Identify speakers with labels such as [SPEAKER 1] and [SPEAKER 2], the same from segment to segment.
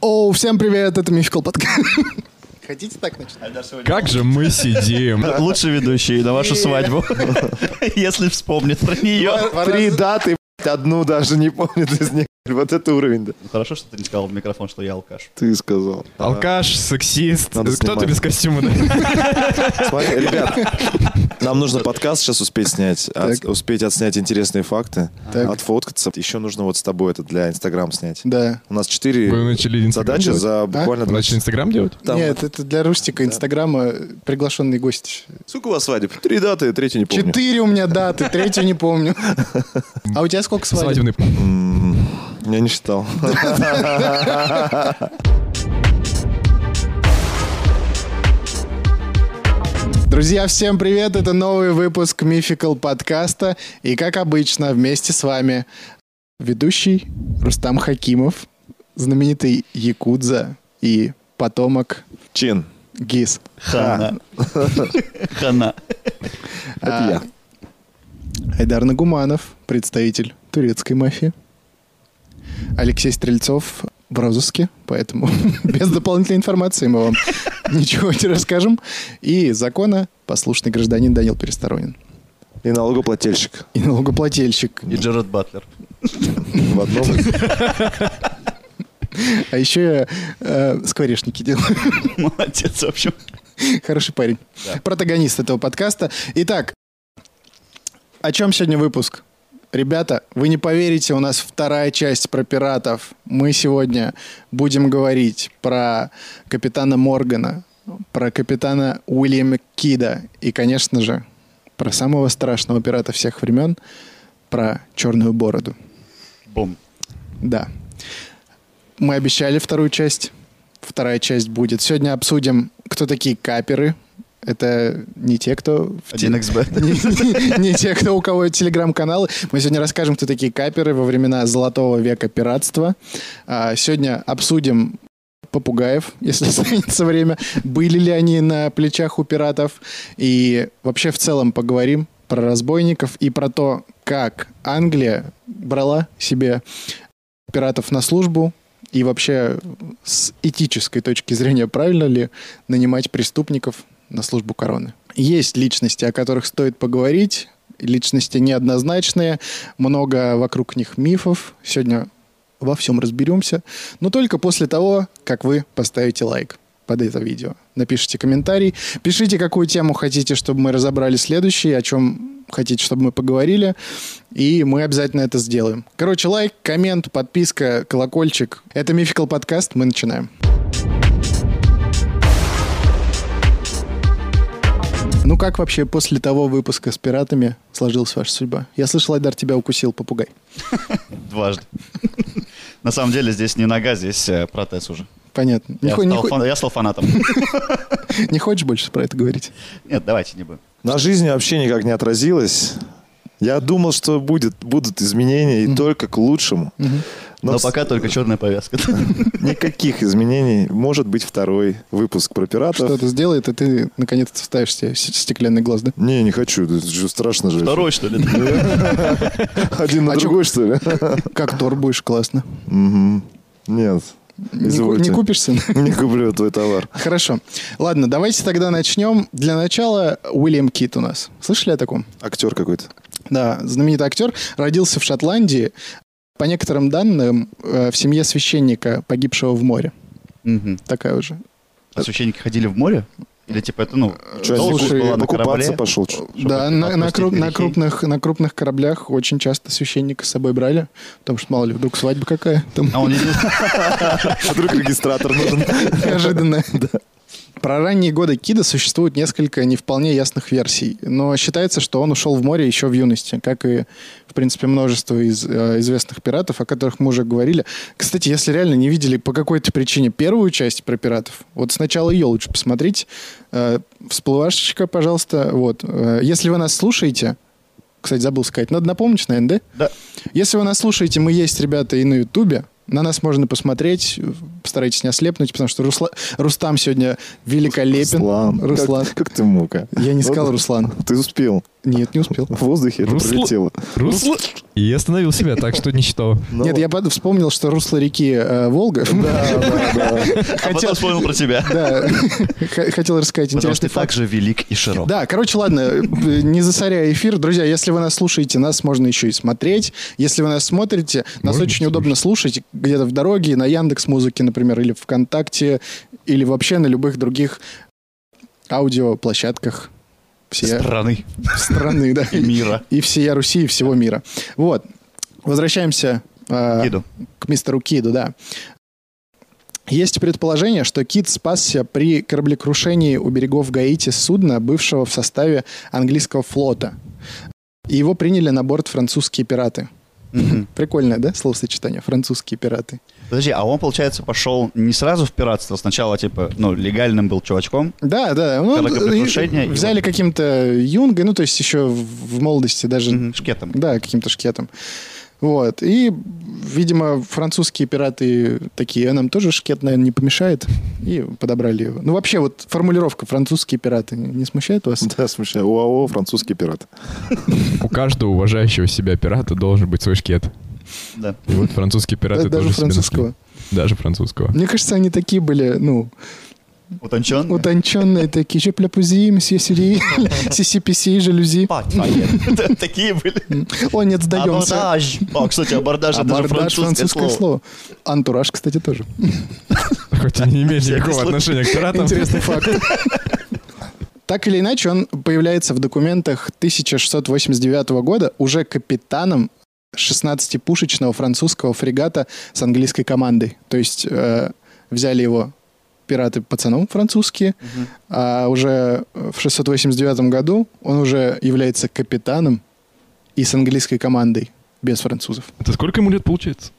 [SPEAKER 1] Оу, всем привет, это Мификал подкаст. Хотите так начинать?
[SPEAKER 2] Как же мы сидим?
[SPEAKER 3] Лучший ведущий на вашу свадьбу, если вспомнит про нее.
[SPEAKER 4] Три даты, блядь, одну даже не помнит из них. Вот это уровень, да.
[SPEAKER 3] Ну, Хорошо, что ты не сказал в микрофон, что я алкаш.
[SPEAKER 4] Ты сказал.
[SPEAKER 2] Алкаш, сексист,
[SPEAKER 4] Надо
[SPEAKER 2] кто-то
[SPEAKER 4] снимать.
[SPEAKER 2] без костюма.
[SPEAKER 4] Смотри, ребят, нам нужно подкаст сейчас успеть снять, от-
[SPEAKER 1] Так.
[SPEAKER 4] успеть отснять интересные факты,
[SPEAKER 1] Так.
[SPEAKER 4] отфоткаться. Еще нужно вот с тобой это для Инстаграм снять.
[SPEAKER 1] Да.
[SPEAKER 4] У нас четыре
[SPEAKER 2] Вы начали Инстаграм
[SPEAKER 4] задачи
[SPEAKER 2] делать?
[SPEAKER 4] за
[SPEAKER 3] А?
[SPEAKER 4] буквально...
[SPEAKER 2] Вы
[SPEAKER 4] два
[SPEAKER 2] начали
[SPEAKER 4] часа.
[SPEAKER 2] Инстаграм делать?
[SPEAKER 4] Там-
[SPEAKER 1] Нет, это для Рустика, Инстаграма, приглашенный гость.
[SPEAKER 4] Сколько у вас свадеб? Три даты, третью не помню.
[SPEAKER 1] Четыре у меня даты, третью не помню. А у тебя сколько свадеб?
[SPEAKER 2] Свадебный.
[SPEAKER 4] М-м-м, Я не считал.
[SPEAKER 1] Друзья, всем привет, это новый выпуск Мификал подкаста. И как обычно, вместе с вами ведущий Рустам Хакимов, знаменитый Якудза и потомок
[SPEAKER 4] Чин.
[SPEAKER 1] ГИС.
[SPEAKER 3] Хана. Хана.
[SPEAKER 1] А,
[SPEAKER 4] Это
[SPEAKER 1] Айдар Нагуманов, представитель турецкой мафии. Алексей Стрельцов в розыске, поэтому без дополнительной информации мы вам ничего не расскажем. И закона послушный гражданин Данил Пересторонин.
[SPEAKER 4] я. И налогоплательщик.
[SPEAKER 1] И налогоплательщик.
[SPEAKER 3] И Джеред Батлер.
[SPEAKER 4] В одном из-
[SPEAKER 1] А еще я э, скворечники делаю.
[SPEAKER 3] Молодец, в общем.
[SPEAKER 1] Хороший парень.
[SPEAKER 3] Да.
[SPEAKER 1] Протагонист этого подкаста. Итак, о чем сегодня выпуск? Ребята, вы не поверите, у нас вторая часть про пиратов. Мы сегодня будем говорить про капитана Моргана, про капитана Уильяма Кида и, конечно же, про самого страшного пирата всех времен, про черную бороду.
[SPEAKER 3] Бум.
[SPEAKER 1] Да. Мы обещали вторую часть. Вторая часть будет. Сегодня обсудим, кто такие каперы. Это не те, кто... в те-
[SPEAKER 3] 1xb.
[SPEAKER 1] не, не- не те, кто у кого телеграм-каналы. Мы сегодня расскажем, кто такие каперы во времена золотого века пиратства. А, сегодня обсудим попугаев, если останется время. Были ли они на плечах у пиратов? И вообще в целом поговорим про разбойников и про то, как Англия брала себе пиратов на службу и вообще с этической точки зрения правильно ли нанимать преступников на службу короны. Есть личности, о которых стоит поговорить, личности неоднозначные, много вокруг них мифов. Сегодня во всем разберемся, но только после того, как вы поставите лайк под это видео. Напишите комментарий, пишите, какую тему хотите, чтобы мы разобрали следующий, о чем хотите, чтобы мы поговорили, и мы обязательно это сделаем. Короче, лайк, коммент, подписка, колокольчик. Это Мификал подкаст, мы начинаем. Ну как вообще после того выпуска с пиратами сложилась ваша судьба? Я слышал, Айдар, тебя укусил попугай.
[SPEAKER 3] Дважды. На самом деле здесь не нога, здесь э, протез уже.
[SPEAKER 1] Понятно. Не,
[SPEAKER 3] Я
[SPEAKER 1] хо- не
[SPEAKER 3] стал
[SPEAKER 1] хо-
[SPEAKER 3] фан- я стал фанатом.
[SPEAKER 1] не хочешь больше про это говорить?
[SPEAKER 3] Нет, давайте не будем.
[SPEAKER 4] На жизни вообще никак не отразилось. Я думал, что будет, будут изменения и только к лучшему. Но,
[SPEAKER 3] Но
[SPEAKER 4] вс-
[SPEAKER 3] пока только черная повязка.
[SPEAKER 4] никаких изменений. Может быть, второй выпуск про пиратов.
[SPEAKER 1] Что-то сделает, и ты наконец-то вставишь себе с- стеклянный глаз, да?
[SPEAKER 4] Не, не хочу. Это же страшно же.
[SPEAKER 3] Второй, что ли?
[SPEAKER 4] Один на
[SPEAKER 1] А чё-
[SPEAKER 4] другой, что ли?
[SPEAKER 1] Как Тор будешь, классно.
[SPEAKER 4] Мгм. Нет.
[SPEAKER 1] Не, ку-
[SPEAKER 4] Извольте.
[SPEAKER 1] не купишься?
[SPEAKER 4] Не куплю твой товар.
[SPEAKER 1] Хорошо. Ладно, давайте тогда начнем. Для начала Уильям Кит у нас. Слышали о таком?
[SPEAKER 4] Актер какой-то.
[SPEAKER 1] Да, знаменитый актер. Родился в Шотландии. По некоторым данным, э, в семье священника, погибшего в море.
[SPEAKER 3] Мгм.
[SPEAKER 1] Такая уже.
[SPEAKER 3] А священники ходили в море? Или типа это, ну,
[SPEAKER 4] Че,
[SPEAKER 3] должность
[SPEAKER 1] слушай,
[SPEAKER 3] была на
[SPEAKER 4] покупаться
[SPEAKER 3] корабле?
[SPEAKER 4] пошел?
[SPEAKER 3] Чтобы
[SPEAKER 1] да, на, на
[SPEAKER 3] отпустить
[SPEAKER 1] кру- на
[SPEAKER 3] грехи.
[SPEAKER 1] крупных, на крупных кораблях очень часто священника с собой брали, потому что, мало ли, вдруг свадьба какая там
[SPEAKER 3] А он единственный-
[SPEAKER 4] Вдруг регистратор нужен.
[SPEAKER 1] неожиданно. Про ранние годы Кида существует несколько не вполне ясных версий, но считается, что он ушел в море еще в юности, как и, в принципе, множество из э, известных пиратов, о которых мы уже говорили. Кстати, если реально не видели по какой-то причине первую часть про пиратов, вот сначала ее лучше посмотреть. Э, всплывашечка, пожалуйста. Вот. Э, если вы нас слушаете, кстати, забыл сказать, надо напомнить, наверное, да?
[SPEAKER 3] Да.
[SPEAKER 1] Если вы нас слушаете, мы есть, ребята, и на Ютубе. На нас можно посмотреть, постарайтесь не ослепнуть, потому что Русла- Рустам сегодня великолепен.
[SPEAKER 4] Руслан. как-
[SPEAKER 1] Руслан.
[SPEAKER 4] Как, ты мог? а?
[SPEAKER 1] Я не сказал
[SPEAKER 4] Вот
[SPEAKER 1] Руслан.
[SPEAKER 4] Ты успел.
[SPEAKER 1] Нет, не успел.
[SPEAKER 4] В воздухе это
[SPEAKER 2] Руслан.
[SPEAKER 4] прилетело.
[SPEAKER 2] Руслан. И остановил себя, так что не считал.
[SPEAKER 4] Ну,
[SPEAKER 1] Нет, я под- вспомнил, что русло реки э, Волга.
[SPEAKER 4] да, да, да.
[SPEAKER 3] А потом вспомнил про тебя.
[SPEAKER 1] Да, Х- хотел рассказать
[SPEAKER 3] Потому что
[SPEAKER 1] интересный
[SPEAKER 3] ты так
[SPEAKER 1] факт.
[SPEAKER 3] же велик и широк.
[SPEAKER 1] Да, короче, ладно, э, не засоряя эфир. Друзья, если вы нас слушаете, нас можно еще и смотреть. Если вы нас смотрите, нас
[SPEAKER 2] Можно
[SPEAKER 1] очень удобно слушать где-то в дороге, на Яндекс Музыке, например, или ВКонтакте, или вообще на любых других аудиоплощадках всей
[SPEAKER 3] Страны
[SPEAKER 1] страны, да.
[SPEAKER 3] и мира.
[SPEAKER 1] И всея Руси, и всего мира. Вот. Возвращаемся э,
[SPEAKER 3] Иду.
[SPEAKER 1] к мистеру Киду, да. Есть предположение, что Кид спасся при кораблекрушении у берегов Гаити судна, бывшего в составе английского флота. И его приняли на борт французские пираты.
[SPEAKER 3] Мгм.
[SPEAKER 1] Прикольное, да, словосочетание? Французские пираты.
[SPEAKER 3] Подожди, а он, получается, пошел не сразу в пиратство, сначала, типа, ну, легальным был чувачком.
[SPEAKER 1] Да, да. ну,
[SPEAKER 3] Кораблекрушение
[SPEAKER 1] и-
[SPEAKER 3] и
[SPEAKER 1] взяли
[SPEAKER 3] вот-
[SPEAKER 1] каким-то юнгой, ну, то есть еще в в молодости даже
[SPEAKER 3] Мгм, Шкетом.
[SPEAKER 1] Да, каким-то шкетом. Вот. И, видимо, французские пираты такие, «А нам тоже шкет, наверное, не помешает. И подобрали его. Ну, вообще, вот формулировка французские пираты не не смущает вас?
[SPEAKER 4] Да, смешно. УАО, французский пират.
[SPEAKER 2] У каждого уважающего себя пирата должен быть свой шкет.
[SPEAKER 3] Да.
[SPEAKER 2] И вот французские пираты
[SPEAKER 1] Да- Даже
[SPEAKER 2] тоже себе нашли.
[SPEAKER 1] французского.
[SPEAKER 2] Даже французского.
[SPEAKER 1] Мне кажется, они такие были, ну,
[SPEAKER 3] Утонченный.
[SPEAKER 1] утонченные, такие, же пляпузи, месье Сюри, сисиписи, жалюзи.
[SPEAKER 3] Пать твоя. Да, Такие были.
[SPEAKER 1] О, нет, сдаемся.
[SPEAKER 3] Абордаж. А, кстати, абордаж это же
[SPEAKER 1] Абордаж,
[SPEAKER 3] французское
[SPEAKER 1] французское
[SPEAKER 3] слово.
[SPEAKER 1] слово. Антураж, кстати, тоже.
[SPEAKER 2] Хоть и не имеет
[SPEAKER 3] Всякий
[SPEAKER 2] никакого
[SPEAKER 3] случай.
[SPEAKER 2] отношения к пиратам.
[SPEAKER 1] Интересный факт. Так или иначе, он появляется в документах 1689 года уже капитаном 16-пушечного французского фрегата с английской командой. То есть э, взяли его пираты пацаном французские,
[SPEAKER 3] Мгм.
[SPEAKER 1] а уже в 689 году он уже является капитаном и с английской командой без французов.
[SPEAKER 2] Это сколько ему лет получается?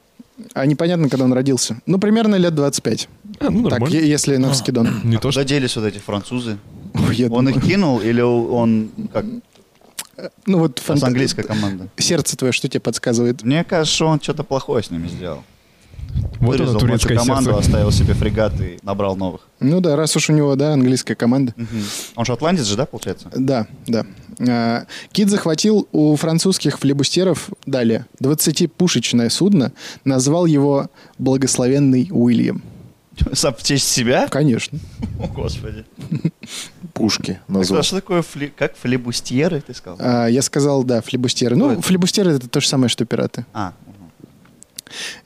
[SPEAKER 1] А непонятно, когда он родился. Ну, примерно лет 25.
[SPEAKER 2] А, ну
[SPEAKER 1] Так,
[SPEAKER 2] нормально.
[SPEAKER 1] е- если навскидон.
[SPEAKER 2] Не то, что...
[SPEAKER 3] Куда делись вот эти французы?
[SPEAKER 1] Ой, я
[SPEAKER 3] А. Он
[SPEAKER 1] думаю.
[SPEAKER 3] их кинул или он как?
[SPEAKER 1] Ну, вот
[SPEAKER 3] С
[SPEAKER 1] фанта-
[SPEAKER 3] английская команда.
[SPEAKER 1] сердце твое что тебе подсказывает?
[SPEAKER 3] Мне кажется, что он что-то плохое с ними сделал.
[SPEAKER 2] Вот оно,
[SPEAKER 3] Вырезал
[SPEAKER 2] турецкое
[SPEAKER 3] младшую команду,
[SPEAKER 2] сердце.
[SPEAKER 3] оставил себе фрегат и набрал новых.
[SPEAKER 1] Ну да, раз уж у него, да, английская команда.
[SPEAKER 3] Мгм. Он шотландец же, да, получается?
[SPEAKER 1] Да, да. А, Кит захватил у французских флебустеров далее 20-пушечное судно, назвал его «Благословенный Уильям».
[SPEAKER 3] Сам в честь себя?
[SPEAKER 1] Конечно.
[SPEAKER 3] О, господи.
[SPEAKER 4] Пушки
[SPEAKER 3] Так, а
[SPEAKER 4] назвал.
[SPEAKER 3] что такое фли- как флебустьеры, ты сказал?
[SPEAKER 1] А, Я сказал, да, флебустеры.
[SPEAKER 3] Кто
[SPEAKER 1] Ну,
[SPEAKER 3] это?
[SPEAKER 1] флебустеры — это то же самое, что пираты.
[SPEAKER 3] А, мгм.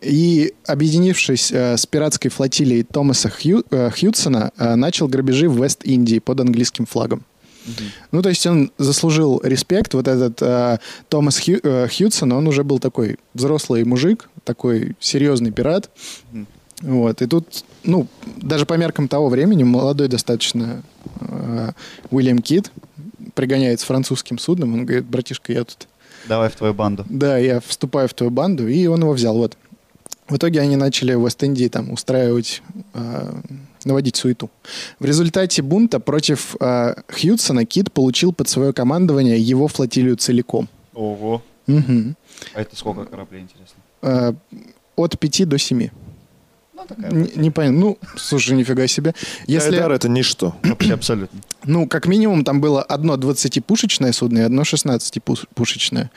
[SPEAKER 1] И, объединившись э, с пиратской флотилией Томаса Хью- э, Хьюдсона, э, начал грабежи в Вест-Индии под английским флагом.
[SPEAKER 3] Мгм.
[SPEAKER 1] Ну, то есть он заслужил респект. Вот этот э, Томас Хью- э, Хьюдсон, он уже был такой взрослый мужик, такой серьезный пират.
[SPEAKER 3] Мгм.
[SPEAKER 1] Вот. И тут, ну, даже по меркам того времени, молодой достаточно э, Уильям Кит пригоняет с французским судном. Он говорит, братишка, я тут...
[SPEAKER 3] Давай в твою банду.
[SPEAKER 1] Да, я вступаю в твою банду. И он его взял, вот. В итоге они начали в Вест-Индии там устраивать, э, наводить суету. В результате бунта против э, Хьюдсона Кит получил под свое командование его флотилию целиком.
[SPEAKER 3] Ого.
[SPEAKER 1] Мгм.
[SPEAKER 3] А это сколько кораблей, интересно?
[SPEAKER 1] Э, от 5 до 7.
[SPEAKER 3] Ну, такая
[SPEAKER 1] Н- Не понятно. Ну, слушай, нифига себе. Если,
[SPEAKER 4] Кайдар это ничто.
[SPEAKER 3] вообще абсолютно.
[SPEAKER 1] ну, как минимум, там было одно 20-пушечное судно и одно 16-пушечное.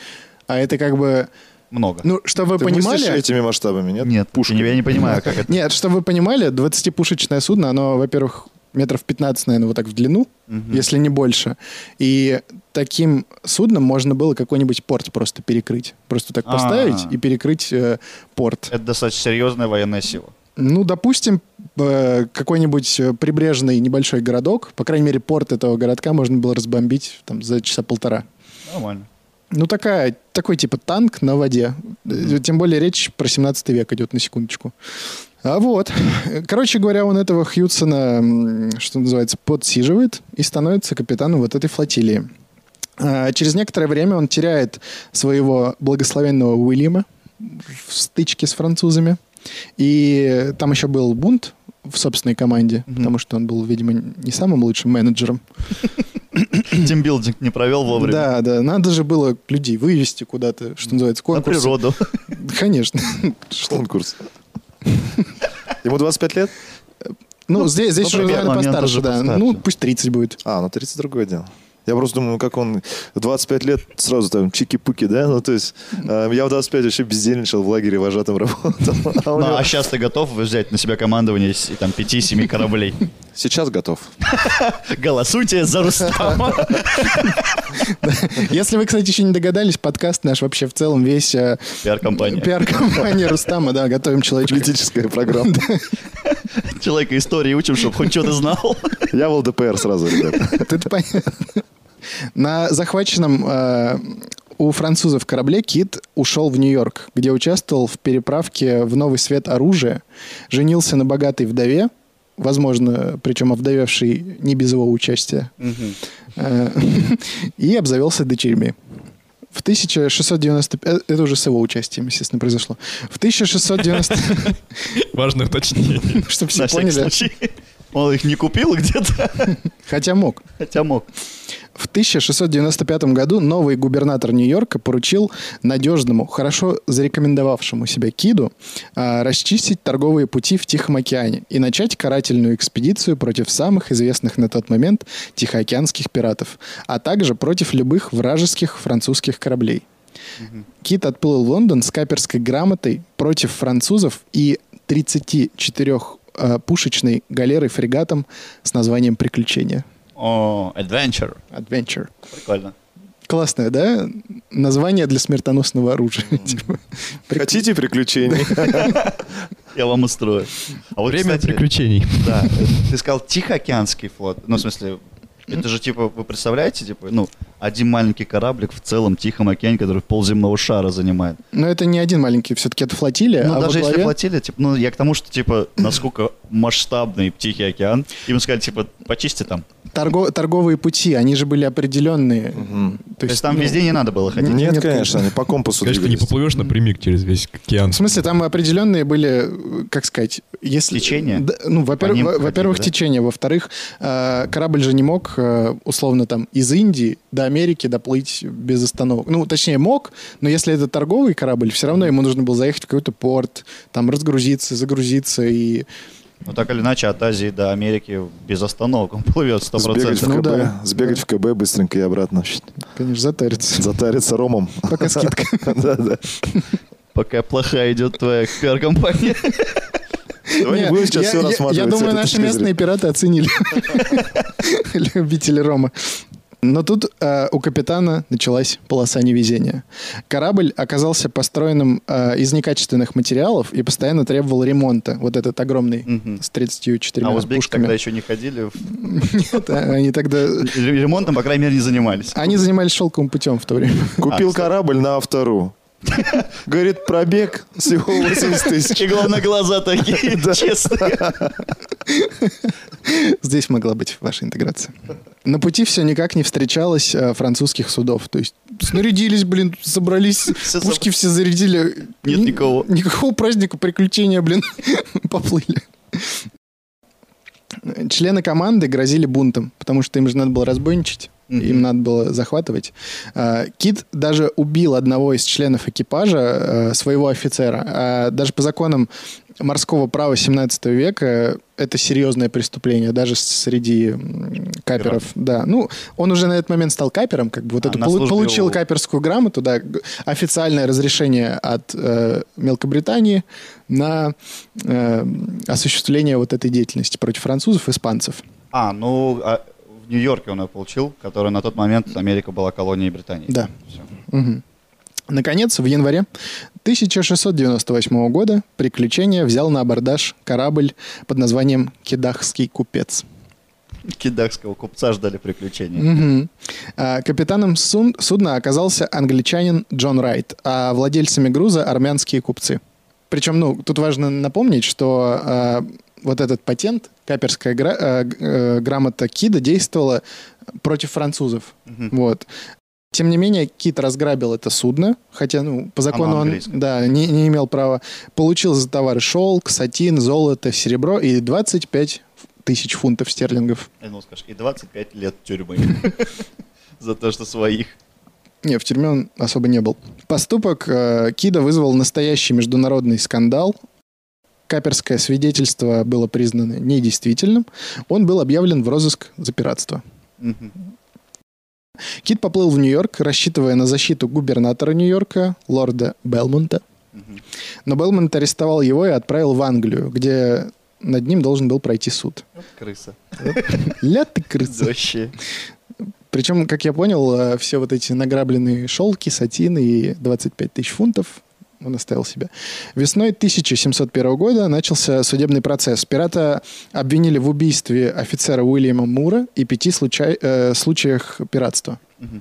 [SPEAKER 1] А это как бы...
[SPEAKER 3] Много.
[SPEAKER 1] Ну, чтобы вы
[SPEAKER 4] Ты мыслишь
[SPEAKER 1] понимали...
[SPEAKER 4] этими масштабами, нет?
[SPEAKER 3] Нет,
[SPEAKER 4] пушки.
[SPEAKER 3] я не понимаю, как это.
[SPEAKER 1] Нет, чтобы вы понимали, 20-пушечное судно, оно, во-первых, метров 15, наверное, вот так в длину,
[SPEAKER 3] Мгм.
[SPEAKER 1] если не больше. И таким судном можно было какой-нибудь порт просто перекрыть. Просто так поставить
[SPEAKER 3] А.
[SPEAKER 1] и перекрыть э, порт.
[SPEAKER 3] Это достаточно серьезная военная сила.
[SPEAKER 1] Ну, допустим, э, какой-нибудь э, прибрежный небольшой городок, по крайней мере, порт этого городка можно было разбомбить там, за часа полтора.
[SPEAKER 3] Нормально.
[SPEAKER 1] Ну, такая, такой типа танк на воде. Э, Тем более речь про 17 век идет, на секундочку. А вот. Короче говоря, он этого Хьюдсона, м, что называется, подсиживает и становится капитаном вот этой флотилии. А, Через некоторое время он теряет своего благословенного Уильяма в стычке с французами. И там еще был бунт в собственной команде,
[SPEAKER 3] Мгм.
[SPEAKER 1] потому что он был, видимо, не самым лучшим менеджером.
[SPEAKER 3] Тимбилдинг не провел вовремя.
[SPEAKER 1] Да, да, надо же было людей вывести куда-то, что называется,
[SPEAKER 3] На
[SPEAKER 1] конкурс.
[SPEAKER 3] природу.
[SPEAKER 1] Конечно.
[SPEAKER 4] Конкурс. Ему 25 лет?
[SPEAKER 1] Ну, здесь, здесь
[SPEAKER 3] ну,
[SPEAKER 1] уже,
[SPEAKER 3] примерно,
[SPEAKER 1] наверное,
[SPEAKER 3] у меня
[SPEAKER 1] постарше,
[SPEAKER 3] тоже
[SPEAKER 1] да.
[SPEAKER 3] постарше.
[SPEAKER 1] Ну, пусть 30 будет.
[SPEAKER 4] А, ну 30 другое дело. Я просто думаю, ну, как он в 25 лет сразу там чики-пуки, да? Ну, то есть э, я в 25 вообще бездельничал в лагере вожатым работал. А у
[SPEAKER 3] Ну,
[SPEAKER 4] него-
[SPEAKER 3] а сейчас ты готов взять на себя командование из там 5-7 кораблей?
[SPEAKER 4] Сейчас готов.
[SPEAKER 3] Голосуйте за Рустама.
[SPEAKER 1] Если вы, кстати, еще не догадались, подкаст наш вообще в целом весь... э,
[SPEAKER 3] Пиар-компания.
[SPEAKER 1] Пиар-компания Рустама, да, готовим человечка.
[SPEAKER 4] Политическая программа.
[SPEAKER 3] Человека истории учим, чтобы хоть что-то знал.
[SPEAKER 4] Я в ЛДПР сразу, ребят.
[SPEAKER 1] Это понятно. На захваченном э, у французов корабле Кит ушел в Нью-Йорк, где участвовал в переправке в новый свет оружия, женился на богатой вдове, возможно, причем овдовевшей не без его участия, Э, и обзавелся дочерьми. В 1690... э, Это уже с его участием, естественно, произошло. В 1690...
[SPEAKER 2] Важное уточнение.
[SPEAKER 1] Чтобы все
[SPEAKER 3] На всякий
[SPEAKER 1] поняли.
[SPEAKER 3] случай. Он их не купил где-то,
[SPEAKER 1] Хотя мог.
[SPEAKER 3] хотя мог.
[SPEAKER 1] В 1695 году новый губернатор Нью-Йорка поручил надежному, хорошо зарекомендовавшему себя Киду а, расчистить торговые пути в Тихом океане и начать карательную экспедицию против самых известных на тот момент тихоокеанских пиратов, а также против любых вражеских французских кораблей. Кит отплыл в Лондон с каперской грамотой против французов и 34 э, пушечной галерой фрегатом с названием «Приключения».
[SPEAKER 3] О, adventure.
[SPEAKER 1] Adventure.
[SPEAKER 3] Прикольно.
[SPEAKER 1] Классное, да? Название для смертоносного оружия.
[SPEAKER 3] Ну,
[SPEAKER 1] Типа, прик-
[SPEAKER 4] Хотите приключений?
[SPEAKER 3] Я вам устрою. А вот,
[SPEAKER 2] Время
[SPEAKER 3] кстати,
[SPEAKER 2] приключений.
[SPEAKER 3] Да, ты сказал Тихоокеанский флот. Ну, в смысле, это же, типа, вы представляете, типа, ну, один маленький кораблик в целом Тихом океане, который полземного шара занимает.
[SPEAKER 1] Но это не один маленький, все-таки это флотилия.
[SPEAKER 3] Ну,
[SPEAKER 1] а во
[SPEAKER 3] даже если
[SPEAKER 1] главе-
[SPEAKER 3] платили, типа, ну, я к тому, что, типа, насколько масштабный Тихий океан, им сказали, типа, почисти там.
[SPEAKER 1] торго- торговые пути, они же были определенные.
[SPEAKER 3] То есть там
[SPEAKER 1] ну,
[SPEAKER 3] везде не надо было ходить.
[SPEAKER 1] Нет,
[SPEAKER 4] Нет,
[SPEAKER 1] конечно.
[SPEAKER 4] конечно, они по компасу
[SPEAKER 2] Конечно, ты не
[SPEAKER 4] двигались.
[SPEAKER 2] поплывешь напрямик через весь океан.
[SPEAKER 1] В смысле, там определенные были, э, как сказать, если...
[SPEAKER 3] Течения?
[SPEAKER 1] Да, ну, во-первых,
[SPEAKER 3] ним
[SPEAKER 1] во-
[SPEAKER 3] ходили,
[SPEAKER 1] во-первых,
[SPEAKER 3] да?
[SPEAKER 1] течение. Во-вторых, э, корабль же не мог, э, условно, там, из Индии до Америки доплыть без остановок. Ну, точнее, мог, но если это торговый корабль, все равно ему нужно было заехать в какой-то порт, там, разгрузиться, загрузиться и...
[SPEAKER 3] Ну, так или иначе, от Азии до Америки без остановок он плывет
[SPEAKER 4] Сбегать
[SPEAKER 3] 100%.
[SPEAKER 1] Ну,
[SPEAKER 4] в
[SPEAKER 1] да.
[SPEAKER 4] КБ, сбегать в КБ быстренько и обратно.
[SPEAKER 1] Конечно, затарится.
[SPEAKER 4] Затариться ромом.
[SPEAKER 1] Пока скидка.
[SPEAKER 4] Да-да.
[SPEAKER 3] Пока плохая идет твоя пиар-компания.
[SPEAKER 4] Давай не
[SPEAKER 1] Не,
[SPEAKER 4] будем сейчас
[SPEAKER 1] я-
[SPEAKER 4] все
[SPEAKER 1] я-
[SPEAKER 4] рассматривать.
[SPEAKER 1] Я
[SPEAKER 4] с
[SPEAKER 1] думаю,
[SPEAKER 4] этой
[SPEAKER 1] наши
[SPEAKER 4] точки зрения.
[SPEAKER 1] местные пираты оценили любители Рома. Но тут э, у капитана началась полоса невезения. Корабль оказался построенным э, из некачественных материалов и постоянно требовал ремонта. Вот этот огромный
[SPEAKER 3] Мгм.
[SPEAKER 1] с 34
[SPEAKER 3] А узбеки
[SPEAKER 1] пушками.
[SPEAKER 3] тогда еще не ходили. в-
[SPEAKER 1] Нет, а, они тогда...
[SPEAKER 3] Ремонтом, по крайней мере, не занимались.
[SPEAKER 1] Они занимались шелковым путем в то время.
[SPEAKER 4] Купил
[SPEAKER 3] кстати.
[SPEAKER 4] корабль на автору. Говорит, пробег всего 80 тысяч.
[SPEAKER 3] И главное, глаза такие честные.
[SPEAKER 1] Здесь могла быть ваша интеграция. На пути все никак не встречалось э, французских судов. То есть снарядились, блин, собрались,
[SPEAKER 3] Все
[SPEAKER 1] пушки все зарядили.
[SPEAKER 3] Нет
[SPEAKER 1] Ни-
[SPEAKER 3] никого.
[SPEAKER 1] Никакого праздника, приключения, блин, поплыли. Члены команды грозили бунтом, потому что им же надо было разбойничать,
[SPEAKER 3] Мгм.
[SPEAKER 1] им надо было захватывать. А, Кит даже убил одного из членов экипажа, э, своего офицера. А Даже по законам морского права 17 века это серьезное преступление, даже среди м, каперов. Да, ну, он уже на этот момент стал капером, как бы вот
[SPEAKER 3] А,
[SPEAKER 1] эту
[SPEAKER 3] на
[SPEAKER 1] полу-
[SPEAKER 3] службе
[SPEAKER 1] получил
[SPEAKER 3] у-
[SPEAKER 1] каперскую грамоту, да, г- официальное разрешение от э, Мелкобритании на э, осуществление вот этой деятельности против французов, испанцев.
[SPEAKER 3] А, ну, а в Нью-Йорке он ее получил, которая на тот момент Америка была колонией Британии.
[SPEAKER 1] Да.
[SPEAKER 3] Всё.
[SPEAKER 1] Мгм. Наконец, в январе 1698 года приключение взял на абордаж корабль под названием «Кедахский купец».
[SPEAKER 3] Кидахского купца ждали приключения.
[SPEAKER 1] Мгм. А, Капитаном сун- судна оказался англичанин Джон Райт, а владельцами груза армянские купцы. Причем, ну, тут важно напомнить, что а, вот этот патент, каперская гра- э, г- э, грамота Кида действовала против французов.
[SPEAKER 3] Мгм.
[SPEAKER 1] Вот. Тем не менее, Кит разграбил это судно, хотя, ну, по закону он
[SPEAKER 3] английское.
[SPEAKER 1] да, не, не имел права. Получил за товары шелк, сатин, золото, серебро и 25 тысяч фунтов стерлингов.
[SPEAKER 3] Я думал, скажешь, и 25 лет тюрьмы за то, что своих.
[SPEAKER 1] Не, в тюрьме он особо не был. Поступок э, Кида вызвал настоящий международный скандал. каперское свидетельство было признано недействительным, он был объявлен в розыск за пиратство.
[SPEAKER 3] Мгм.
[SPEAKER 1] Кит поплыл в Нью-Йорк, рассчитывая на защиту губернатора Нью-Йорка, лорда Белмонта.
[SPEAKER 3] Мгм.
[SPEAKER 1] Но Белмонт арестовал его и отправил в Англию, где над ним должен был пройти суд.
[SPEAKER 3] Вот Крыса.
[SPEAKER 1] Ля ты крыса.
[SPEAKER 3] Вообще.
[SPEAKER 1] Причем, как я понял, э, все вот эти награбленные шелки, сатины и 25 тысяч фунтов он оставил себе. Весной 1701 года начался судебный процесс. Пирата обвинили в убийстве офицера Уильяма Мура и пяти случай- э, случаях пиратства.
[SPEAKER 3] Мгм.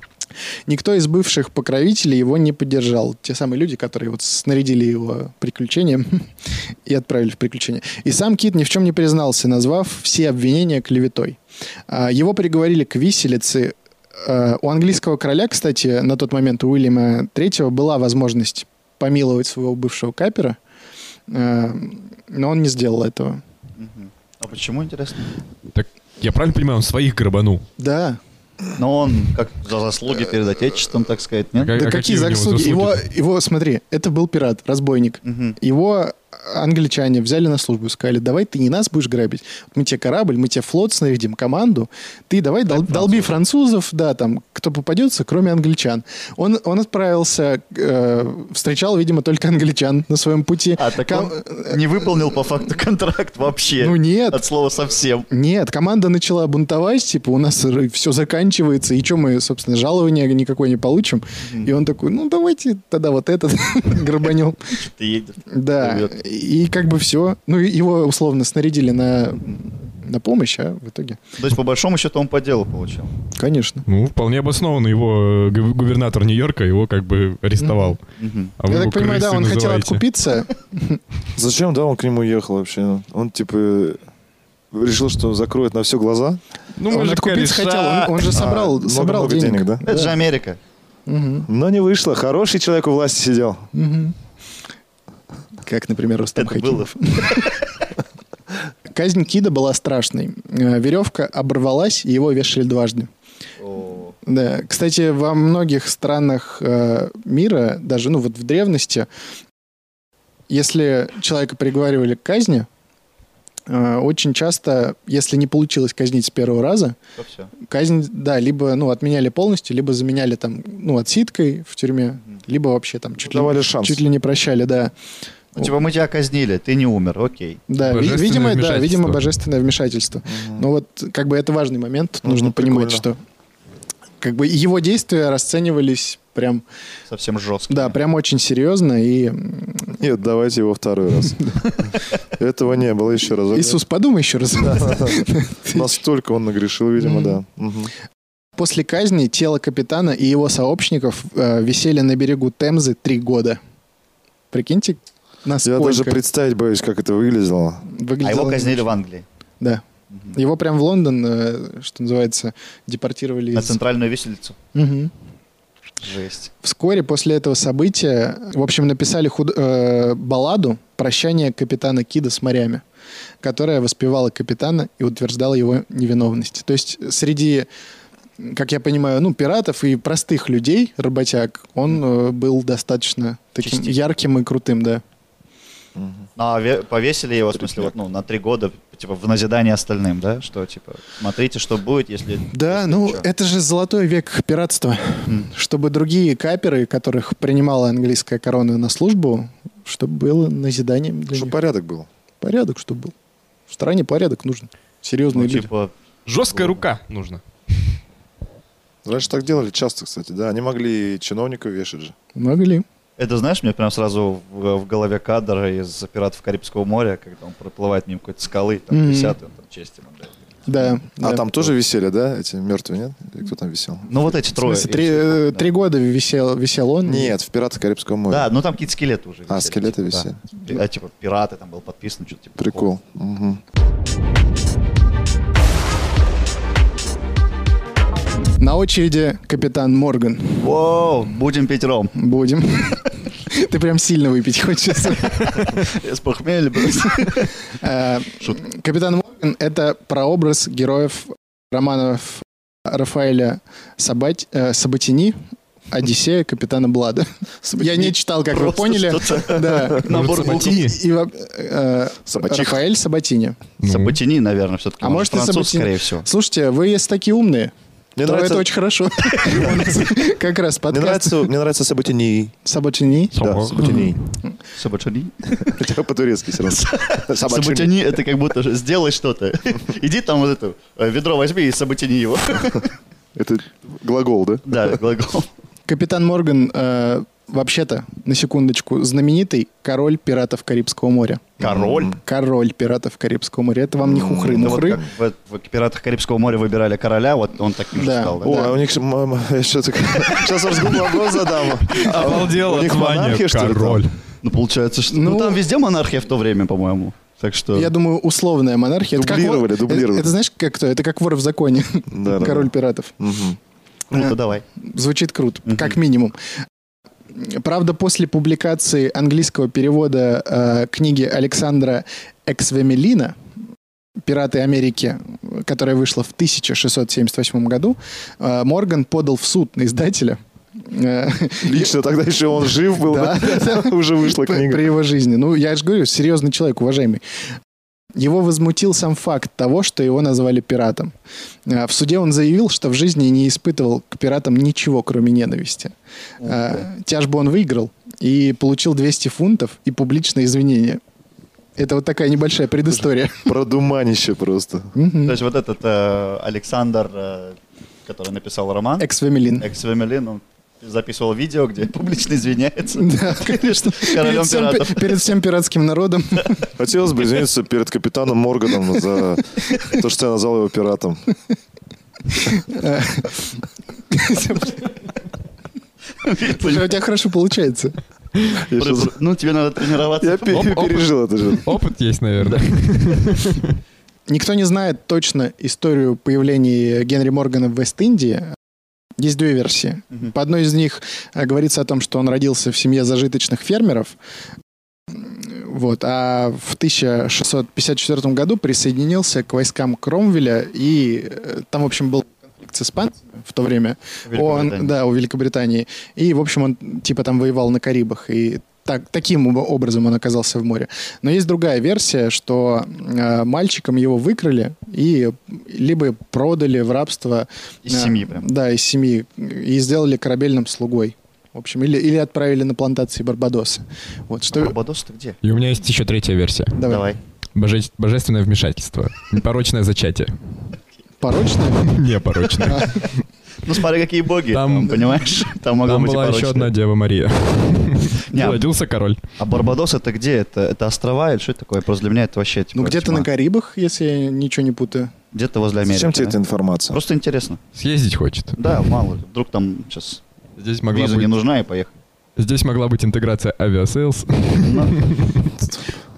[SPEAKER 1] Никто из бывших покровителей его не поддержал. Те самые люди, которые вот снарядили его приключением и отправили в приключения. И сам Кит ни в чем не признался, назвав все обвинения клеветой. А, Его приговорили к виселице. Э, У английского короля, кстати, на тот момент у Уильяма III была возможность помиловать своего бывшего капера, э, но он не сделал этого.
[SPEAKER 3] Мгм. А почему, интересно?
[SPEAKER 2] Так я правильно понимаю, он своих грабанул?
[SPEAKER 1] Да,
[SPEAKER 3] Но он как за заслуги перед отечеством, так сказать,
[SPEAKER 2] А
[SPEAKER 3] нет?
[SPEAKER 2] как-
[SPEAKER 1] да
[SPEAKER 2] а
[SPEAKER 1] какие
[SPEAKER 2] у него
[SPEAKER 1] заслуги? Его, его, смотри, это был пират, разбойник.
[SPEAKER 3] Мгм.
[SPEAKER 1] Его англичане взяли на службу и сказали, давай ты не нас будешь грабить, мы тебе корабль, мы тебе флот снарядим, команду, ты давай дол- долби французов, да, там, кто попадется, кроме англичан. Он, он отправился, э, встречал, видимо, только англичан на своем пути.
[SPEAKER 3] А так
[SPEAKER 1] Ком-
[SPEAKER 3] он не выполнил по факту контракт вообще.
[SPEAKER 1] Ну нет.
[SPEAKER 3] От слова совсем.
[SPEAKER 1] Нет, команда начала бунтовать, типа, у нас все заканчивается, и что мы, собственно, жалования никакое не получим. И он такой, ну, давайте тогда вот этот грабанем.
[SPEAKER 3] Ты едешь.
[SPEAKER 1] Да,
[SPEAKER 3] Привет.
[SPEAKER 1] и как бы все. Ну, и его условно снарядили на, на помощь, а в итоге...
[SPEAKER 3] То есть, по большому счету, он по делу получил.
[SPEAKER 1] Конечно.
[SPEAKER 2] Ну, вполне обоснованно его э, гу- губернатор Нью-Йорка его как бы арестовал.
[SPEAKER 3] Мгм.
[SPEAKER 2] А вы
[SPEAKER 1] Я
[SPEAKER 2] его
[SPEAKER 1] так понимаю, да,
[SPEAKER 2] крысой
[SPEAKER 1] он хотел
[SPEAKER 2] называете.
[SPEAKER 1] откупиться.
[SPEAKER 4] Зачем, да, он к нему ехал вообще? Он, типа, решил, что закроет на все глаза.
[SPEAKER 2] Ну,
[SPEAKER 1] он
[SPEAKER 2] мужик,
[SPEAKER 1] откупиться
[SPEAKER 2] кореша. А,
[SPEAKER 1] хотел, он, он же собрал,
[SPEAKER 4] много-
[SPEAKER 1] собрал
[SPEAKER 4] много
[SPEAKER 1] денег.
[SPEAKER 4] денег, да?
[SPEAKER 3] Это же Америка.
[SPEAKER 1] Мгм,
[SPEAKER 4] Но не вышло. Хороший человек у власти сидел.
[SPEAKER 1] мгм. Как, например, Рустам
[SPEAKER 3] Это было.
[SPEAKER 1] Хакимов. Казнь Кида была страшной. Э, Веревка оборвалась, и его вешали дважды.
[SPEAKER 3] О,
[SPEAKER 1] Да. Кстати, во многих странах э, мира, даже ну вот в древности, если человека приговаривали к казни, э, очень часто, если не получилось казнить с первого раза,
[SPEAKER 3] то всё.
[SPEAKER 1] казнь, да, либо ну отменяли полностью, либо заменяли там ну отсидкой в тюрьме, либо вообще там чуть, ли,
[SPEAKER 4] Давали шанс.
[SPEAKER 1] чуть ли не прощали, да,
[SPEAKER 3] Ну, типа, мы тебя казнили, ты не умер, окей.
[SPEAKER 1] да, ви-
[SPEAKER 2] Божественное
[SPEAKER 1] видимо, да, видимо
[SPEAKER 2] вмешательство.
[SPEAKER 1] божественное вмешательство.
[SPEAKER 4] Мгм.
[SPEAKER 1] Ну вот, как бы это важный момент, тут
[SPEAKER 4] Мгм,
[SPEAKER 1] нужно понимать,
[SPEAKER 4] прикольно.
[SPEAKER 1] что как бы его действия расценивались прям,
[SPEAKER 3] Совсем жестко.
[SPEAKER 1] да, прям очень серьезно, и м,
[SPEAKER 4] Нет, давайте его второй раз. Этого не было еще раз.
[SPEAKER 1] Иисус, подумай еще раз.
[SPEAKER 4] Настолько он нагрешил, видимо,
[SPEAKER 1] Мгм.
[SPEAKER 4] да. Мгм.
[SPEAKER 1] После казни тело капитана и его сообщников э, висели на берегу Темзы три года. Прикиньте,
[SPEAKER 4] Я
[SPEAKER 1] насколько
[SPEAKER 4] даже А представить боюсь, как это выглядело.
[SPEAKER 1] выглядело.
[SPEAKER 3] А его казнили в Англии.
[SPEAKER 1] Да.
[SPEAKER 3] Мгм.
[SPEAKER 1] Его прям в Лондон, э, что называется, депортировали.
[SPEAKER 3] На
[SPEAKER 1] из-
[SPEAKER 3] центральную виселицу.
[SPEAKER 1] Мгм.
[SPEAKER 3] Жесть.
[SPEAKER 1] Вскоре после этого события, в общем, написали худ- э, балладу «Прощание капитана Кида с морями», которая воспевала капитана и утверждала его невиновность. То есть среди, как я понимаю, ну, пиратов и простых людей, работяг, он э, был достаточно таким
[SPEAKER 3] Частично.
[SPEAKER 1] ярким и крутым, да.
[SPEAKER 3] А ве- повесили его, в смысле, вот, ну, на три года, типа, в назидание остальным, да? Что, типа, смотрите, что будет, если...
[SPEAKER 1] Да,
[SPEAKER 3] если
[SPEAKER 1] ну
[SPEAKER 3] чё.
[SPEAKER 1] это же золотой век пиратства.
[SPEAKER 3] Мгм.
[SPEAKER 1] Чтобы другие каперы, которых принимала английская корона на службу, чтобы было назиданием для
[SPEAKER 4] Чтобы
[SPEAKER 1] них.
[SPEAKER 4] порядок был.
[SPEAKER 1] Порядок, чтобы был. В стране порядок нужен. Серьезные
[SPEAKER 3] Ну,
[SPEAKER 1] люди.
[SPEAKER 3] типа,
[SPEAKER 2] Жесткая рука нужна.
[SPEAKER 4] Раньше так делали часто, кстати, да. Они могли и чиновников вешать же.
[SPEAKER 1] Могли.
[SPEAKER 3] Это, знаешь, мне прям сразу в, в голове кадр из «Пиратов Карибского моря», когда он проплывает мимо какой-то скалы, там,
[SPEAKER 1] Мгм.
[SPEAKER 3] 50 он там честь ему дает.
[SPEAKER 1] Да.
[SPEAKER 4] А
[SPEAKER 1] да.
[SPEAKER 4] там тоже висели, да, эти мертвые, нет? Или кто там висел?
[SPEAKER 3] Ну, вот эти
[SPEAKER 1] В
[SPEAKER 3] трое.
[SPEAKER 1] смысле, три, э, три года висел, висел он.
[SPEAKER 4] Нет, в «Пиратах Карибского моря».
[SPEAKER 3] Да, ну там какие-то скелеты уже
[SPEAKER 4] А, скелеты
[SPEAKER 3] типа, да. А, типа, пираты, там был подписан, что-то типа...
[SPEAKER 4] Прикол. Мгм.
[SPEAKER 1] На очереди капитан Морган.
[SPEAKER 3] Воу, будем пить ром.
[SPEAKER 1] Будем. Ты прям сильно выпить хочется.
[SPEAKER 3] Я с похмелья, блядь.
[SPEAKER 1] Э,
[SPEAKER 3] Шутка.
[SPEAKER 1] Капитан Морган — это прообраз героев романов Рафаэля Сабать, э, Сабатини Одиссея капитана Блада. Я не читал, как вы
[SPEAKER 3] Просто
[SPEAKER 1] поняли. Да.
[SPEAKER 3] Набор
[SPEAKER 2] Может,
[SPEAKER 3] букв.
[SPEAKER 2] Саботини?
[SPEAKER 1] И во- э,
[SPEAKER 4] Собачих.
[SPEAKER 1] Рафаэль Сабатини.
[SPEAKER 3] Ну,
[SPEAKER 2] Ну.
[SPEAKER 3] Саботини, наверное, все-таки.
[SPEAKER 1] А может и
[SPEAKER 3] француз,
[SPEAKER 1] Сабатини.
[SPEAKER 3] скорее всего.
[SPEAKER 1] Слушайте, вы если такие умные,
[SPEAKER 4] Мне
[SPEAKER 1] то
[SPEAKER 4] нравится-
[SPEAKER 1] это очень хорошо. У нас Как раз
[SPEAKER 4] Мне
[SPEAKER 1] подкаст
[SPEAKER 4] нравится, мне нравится Саботини.
[SPEAKER 1] Сабатини.
[SPEAKER 4] Да,
[SPEAKER 2] Собак.
[SPEAKER 4] Саботини.
[SPEAKER 3] Саботини?
[SPEAKER 4] Хотя по-турецки все равно.
[SPEAKER 3] Саботини — это как будто же сделай что-то. Иди там вот это э, ведро возьми и саботини его.
[SPEAKER 4] Это глагол, да?
[SPEAKER 3] Да, глагол.
[SPEAKER 1] Капитан Морган, э, вообще-то, на секундочку, знаменитый король пиратов Карибского моря.
[SPEAKER 3] Король.
[SPEAKER 1] Король пиратов Карибского моря. Это вам не хухры,
[SPEAKER 3] Ну, вот
[SPEAKER 1] мухры.
[SPEAKER 3] как в, в «Пиратах Карибского моря» выбирали короля, вот он таким же
[SPEAKER 1] Да.
[SPEAKER 3] стал. да?
[SPEAKER 4] О, а у них... Сейчас вопрос а задам.
[SPEAKER 2] Обалдел
[SPEAKER 4] У них
[SPEAKER 2] от Ваня,
[SPEAKER 4] монархия, что ли, там?
[SPEAKER 2] король.
[SPEAKER 3] Ну, получается, что...
[SPEAKER 1] Ну,
[SPEAKER 3] Ну, там везде монархия в то время, по-моему. Так что... ну,
[SPEAKER 1] Я думаю, условная монархия. Это как вор-
[SPEAKER 4] Дублировали,
[SPEAKER 1] это-
[SPEAKER 4] дублировали.
[SPEAKER 1] Это, знаешь, как кто? Это как вор в законе.
[SPEAKER 4] Да, да, да.
[SPEAKER 1] Король пиратов.
[SPEAKER 4] Мгм.
[SPEAKER 3] Ну, давай.
[SPEAKER 1] Звучит круто,
[SPEAKER 3] Мгм.
[SPEAKER 1] как минимум. Правда, после публикации английского перевода э, книги Александра Эксвемелина «Пираты Америки», которая вышла в 1678 году, э, Морган подал в суд на издателя. Э,
[SPEAKER 4] Лично тогда еще он жив был.
[SPEAKER 1] Да, да, да.
[SPEAKER 4] Уже вышла
[SPEAKER 1] При-
[SPEAKER 4] книга.
[SPEAKER 1] При его жизни. Ну, я же говорю, серьезный человек, уважаемый. Его возмутил сам факт того, что его назвали пиратом. А, В суде он заявил, что в жизни не испытывал к пиратам ничего, кроме ненависти. А, Тяжбу он выиграл и получил 200 фунтов и публичное извинение. Это вот такая небольшая предыстория.
[SPEAKER 4] Продуманище просто.
[SPEAKER 1] Мгм.
[SPEAKER 3] То есть вот этот э, Александр, э, который написал роман,
[SPEAKER 1] Экс-фемелин.
[SPEAKER 3] Экс-Вемелин, он записывал видео, где публично извиняется.
[SPEAKER 1] Да.
[SPEAKER 3] Или что,
[SPEAKER 1] Перед
[SPEAKER 3] Королем
[SPEAKER 1] всем, пи-
[SPEAKER 3] пиратов.
[SPEAKER 1] перед всем пиратским народом.
[SPEAKER 4] Хотелось бы извиниться перед капитаном Морганом за то, что я назвал его пиратом.
[SPEAKER 1] Слушай, У тебя хорошо получается.
[SPEAKER 4] Я щас-
[SPEAKER 3] Ну, тебе надо тренироваться.
[SPEAKER 4] я пе-
[SPEAKER 2] Оп, оп.
[SPEAKER 4] пережил это же.
[SPEAKER 2] Опыт есть, наверное.
[SPEAKER 1] Никто не знает точно историю появления Генри Моргана в Вест-Индии. Есть две версии.
[SPEAKER 3] Мгм.
[SPEAKER 1] По одной из них э, говорится о том, что он родился в семье зажиточных фермеров. М, Вот. А в 1654 году присоединился к войскам Кромвеля. И э, там, в общем, был конфликт с испанцами в то время. Он,
[SPEAKER 3] Великобритания.
[SPEAKER 1] да, у Великобритании. И, в общем, он типа там воевал на Карибах. И так, таким об- образом он оказался в море. Но есть другая версия, что э, мальчиком его выкрали и либо продали в рабство.
[SPEAKER 3] Из
[SPEAKER 1] э,
[SPEAKER 3] семьи прям.
[SPEAKER 1] Да, из семьи. И сделали корабельным слугой. В общем, или, или отправили на плантации Барбадоса. Вот, что...
[SPEAKER 3] Барбадос, ты где?
[SPEAKER 2] И у меня есть еще третья версия.
[SPEAKER 1] Давай.
[SPEAKER 2] Боже- Божественное вмешательство. Непорочное зачатие.
[SPEAKER 3] Типа,
[SPEAKER 1] Порочно?
[SPEAKER 2] Непорочное.
[SPEAKER 3] Ну, смотри, какие боги, там,
[SPEAKER 2] Там-
[SPEAKER 3] понимаешь? Там могла
[SPEAKER 2] Там
[SPEAKER 3] быть и
[SPEAKER 2] была еще
[SPEAKER 3] порочная.
[SPEAKER 2] одна Дева Мария.
[SPEAKER 3] Не, а-
[SPEAKER 2] Родился король.
[SPEAKER 3] А Барбадос это где? Это, это острова или что это такое? Просто для меня это вообще типа,
[SPEAKER 1] Ну, где-то на
[SPEAKER 3] тьма.
[SPEAKER 1] Карибах, если я ничего не путаю.
[SPEAKER 3] Где-то возле Америки.
[SPEAKER 4] Зачем тебе
[SPEAKER 3] да?
[SPEAKER 4] эта информация?
[SPEAKER 3] Просто интересно.
[SPEAKER 2] Съездить хочет.
[SPEAKER 3] Да, мало ли. Вдруг там сейчас
[SPEAKER 2] Здесь могла,
[SPEAKER 3] виза не
[SPEAKER 2] быть,
[SPEAKER 3] нужна и поехали.
[SPEAKER 2] здесь могла быть интеграция авиасейлс.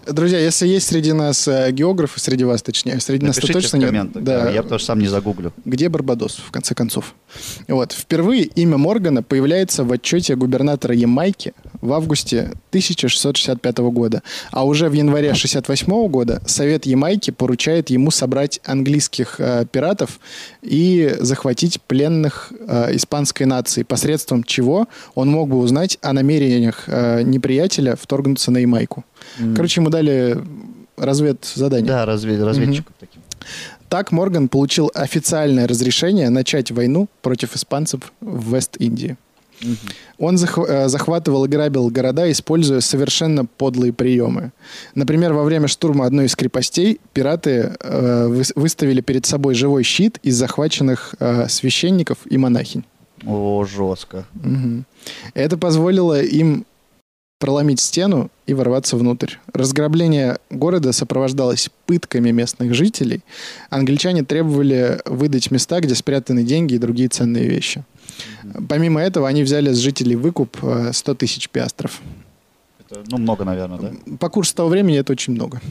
[SPEAKER 1] Друзья, если есть среди нас э, географы, среди вас, точнее, среди
[SPEAKER 3] Напишите
[SPEAKER 1] нас
[SPEAKER 3] в
[SPEAKER 1] точно нет.
[SPEAKER 3] комментах. Я потому что сам не загуглю.
[SPEAKER 1] где Барбадос, в конце концов. Вот. Впервые имя Моргана появляется в отчете губернатора Ямайки в августе 1665 года, а уже в январе 1968 года Совет Ямайки поручает ему собрать английских э, пиратов и захватить пленных э, испанской нации, посредством чего он мог бы узнать о намерениях э, неприятеля вторгнуться на Ямайку. Короче, ему дали разведзадание.
[SPEAKER 3] Да, разве- разведчиков таким.
[SPEAKER 1] Так Морган получил официальное разрешение начать войну против испанцев в Вест-Индии. Он зах- э, захватывал и грабил города, используя совершенно подлые приемы. Например, во время штурма одной из крепостей пираты э, выс- выставили перед собой живой щит из захваченных э, священников и монахинь.
[SPEAKER 3] О, жестко.
[SPEAKER 1] Мгм. Это позволило им проломить стену и ворваться внутрь. Разграбление города сопровождалось пытками местных жителей. Англичане требовали выдать места, где спрятаны деньги и другие ценные вещи. Помимо этого, они взяли с жителей выкуп э, 100 тысяч пиастров.
[SPEAKER 3] Это, ну, много, наверное, да?
[SPEAKER 1] По курсу того времени это очень много.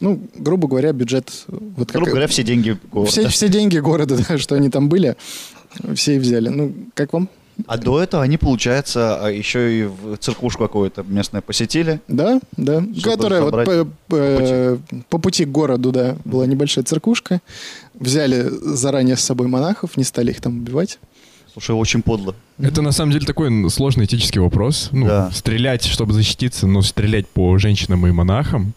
[SPEAKER 1] Ну, грубо говоря, бюджет... Вот как-
[SPEAKER 3] Грубо говоря, все деньги города.
[SPEAKER 1] все, все деньги города, да, что они там были, все и взяли. Ну, как вам?
[SPEAKER 3] А до этого они, получается, а, еще и в церквушку какую-то местную посетили.
[SPEAKER 1] Да, да.
[SPEAKER 3] Чтобы
[SPEAKER 1] Которая вот
[SPEAKER 3] забрать
[SPEAKER 1] по, э, по пути к городу, да, была небольшая церкушка. Взяли заранее с собой монахов, не стали их там убивать.
[SPEAKER 3] Слушай, очень подло.
[SPEAKER 2] Это на самом деле такой сложный этический вопрос. Ну,
[SPEAKER 3] Да.
[SPEAKER 2] стрелять, чтобы защититься, но стрелять по женщинам и монахам,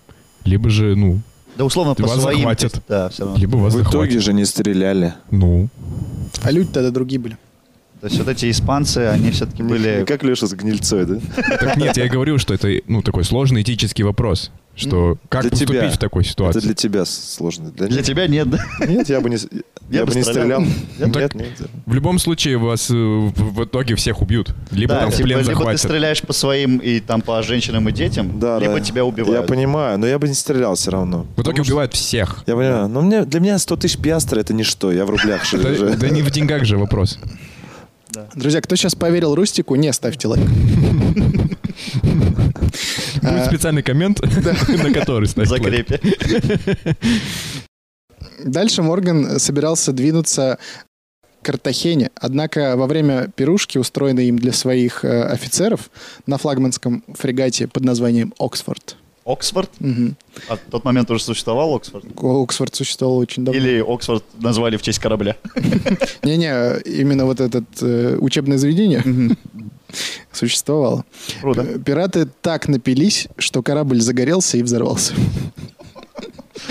[SPEAKER 2] либо же, ну,
[SPEAKER 3] Да условно по
[SPEAKER 2] Вас
[SPEAKER 3] своим.
[SPEAKER 2] захватят.
[SPEAKER 3] то есть, Да, все равно.
[SPEAKER 2] либо вас
[SPEAKER 4] В итоге
[SPEAKER 2] захватят.
[SPEAKER 4] же не стреляли.
[SPEAKER 2] Ну,
[SPEAKER 1] А люди тогда другие были.
[SPEAKER 3] То есть вот эти испанцы, они все-таки были...
[SPEAKER 4] Как Леша с гнильцой, да?
[SPEAKER 2] так нет, я и говорю, что это, ну, такой сложный этический вопрос. Что, как
[SPEAKER 4] Для
[SPEAKER 2] поступить
[SPEAKER 4] тебя.
[SPEAKER 2] в такой
[SPEAKER 4] Это
[SPEAKER 2] ситуации?
[SPEAKER 4] для тебя сложно. Для
[SPEAKER 3] Для
[SPEAKER 4] них-
[SPEAKER 3] тебя нет, да?
[SPEAKER 4] Нет, я бы не, с- я бы не стрелял.
[SPEAKER 2] Ну,
[SPEAKER 4] Нет,
[SPEAKER 2] так-
[SPEAKER 4] нет.
[SPEAKER 2] В любом случае вас э, в в итоге всех убьют. Либо
[SPEAKER 3] Да,
[SPEAKER 2] там в
[SPEAKER 3] типа,
[SPEAKER 2] плен
[SPEAKER 3] либо ты
[SPEAKER 2] захватят.
[SPEAKER 3] стреляешь по своим и там по женщинам и детям,
[SPEAKER 4] Да,
[SPEAKER 3] либо
[SPEAKER 4] да.
[SPEAKER 3] тебя
[SPEAKER 4] Я
[SPEAKER 3] убивают.
[SPEAKER 4] понимаю, но я бы не стрелял все равно.
[SPEAKER 2] В итоге убивают всех.
[SPEAKER 4] Я понимаю, но мне, для меня 100 тысяч пиастра это ничто, я в рублях же
[SPEAKER 2] Да,
[SPEAKER 4] уже.
[SPEAKER 2] да не в деньгах же вопрос.
[SPEAKER 1] Друзья, кто сейчас поверил Рустику, не ставьте лайк.
[SPEAKER 2] Будет специальный коммент, на который ставить лайк.
[SPEAKER 3] Закрепи.
[SPEAKER 1] Дальше Морган собирался двинуться к Картахене, однако во время пирушки, устроенной им для своих э, офицеров на флагманском фрегате под названием «Оксфорд».
[SPEAKER 3] Оксфорд?
[SPEAKER 1] Мгм.
[SPEAKER 3] А в тот момент уже существовал Оксфорд?
[SPEAKER 1] «Оксфорд» существовал очень давно.
[SPEAKER 3] Или Оксфорд назвали в честь корабля?
[SPEAKER 1] Не-не, именно вот это учебное заведение существовало.
[SPEAKER 3] Круто.
[SPEAKER 1] П- Пираты так напились, что корабль загорелся и взорвался.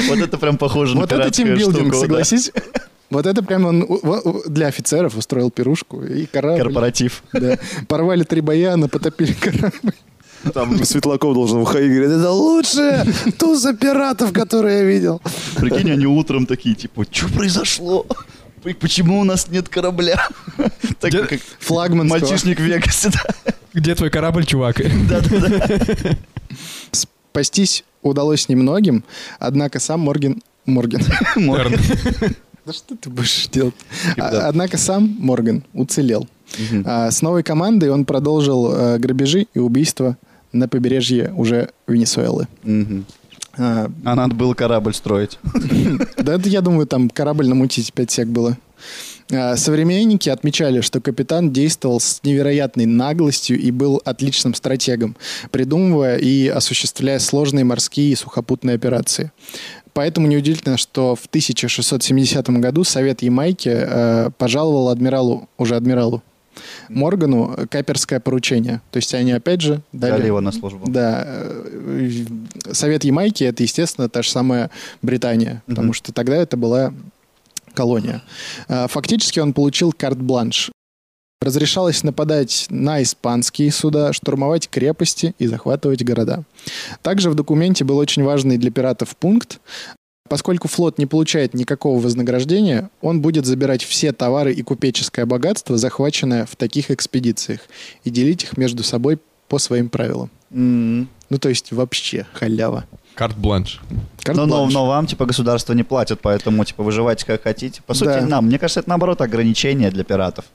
[SPEAKER 3] Вот это прям похоже на
[SPEAKER 1] Вот это
[SPEAKER 3] пиратскую
[SPEAKER 1] тимбилдинг,
[SPEAKER 3] штуку, да.
[SPEAKER 1] согласись? Вот это прям он у- во- у- для офицеров устроил пирушку и корабль.
[SPEAKER 3] Корпоратив.
[SPEAKER 1] Да. Порвали три баяна, потопили корабль.
[SPEAKER 4] Там Светлаков должен выходить и говорить, это лучшая туза пиратов, которые я видел.
[SPEAKER 3] Прикинь, они утром такие, типа, что произошло? П- Почему у нас нет корабля? Так
[SPEAKER 2] Где-
[SPEAKER 3] как
[SPEAKER 1] Флагман
[SPEAKER 3] мальчишник в Вегасе, да.
[SPEAKER 2] Где твой корабль, чувак?
[SPEAKER 1] спастись удалось немногим, однако сам Морген... Морген.
[SPEAKER 3] Морган.
[SPEAKER 1] Да что ты будешь делать?
[SPEAKER 3] Типа,
[SPEAKER 1] А-
[SPEAKER 3] да.
[SPEAKER 1] Однако сам Морган уцелел.
[SPEAKER 3] Мгм.
[SPEAKER 1] А, С новой командой он продолжил э, грабежи и убийства на побережье уже Венесуэлы.
[SPEAKER 3] Мгм.
[SPEAKER 1] А,
[SPEAKER 3] А надо было корабль строить.
[SPEAKER 1] Да это, я думаю, там корабль намутить 5 сек было. А, Современники отмечали, что капитан действовал с невероятной наглостью и был отличным стратегом, придумывая и осуществляя сложные морские и сухопутные операции. Поэтому неудивительно, что в 1670 году Совет Ямайки э, пожаловал адмиралу, уже адмиралу, Моргану э, каперское поручение. То есть они опять же дали,
[SPEAKER 3] Дали его на службу.
[SPEAKER 1] да, э, э, Совет Ямайки это, естественно, та же самая Британия, потому
[SPEAKER 3] Мгм.
[SPEAKER 1] что тогда это была колония. А, Фактически он получил карт-бланш. Разрешалось нападать на испанские суда, штурмовать крепости и захватывать города. Также в документе был очень важный для пиратов пункт. Поскольку флот не получает никакого вознаграждения, он будет забирать все товары и купеческое богатство, захваченное в таких экспедициях, и делить их между собой по своим правилам.
[SPEAKER 3] Мгм.
[SPEAKER 1] Ну, то есть вообще халява.
[SPEAKER 3] Ну,
[SPEAKER 2] Карт-бланш.
[SPEAKER 1] Карт
[SPEAKER 3] Но, но,
[SPEAKER 1] бланш.
[SPEAKER 3] но вам, типа, государство не платит, поэтому, типа, выживайте как хотите. По сути,
[SPEAKER 1] Да.
[SPEAKER 3] нам, мне кажется, это, наоборот, ограничение для пиратов.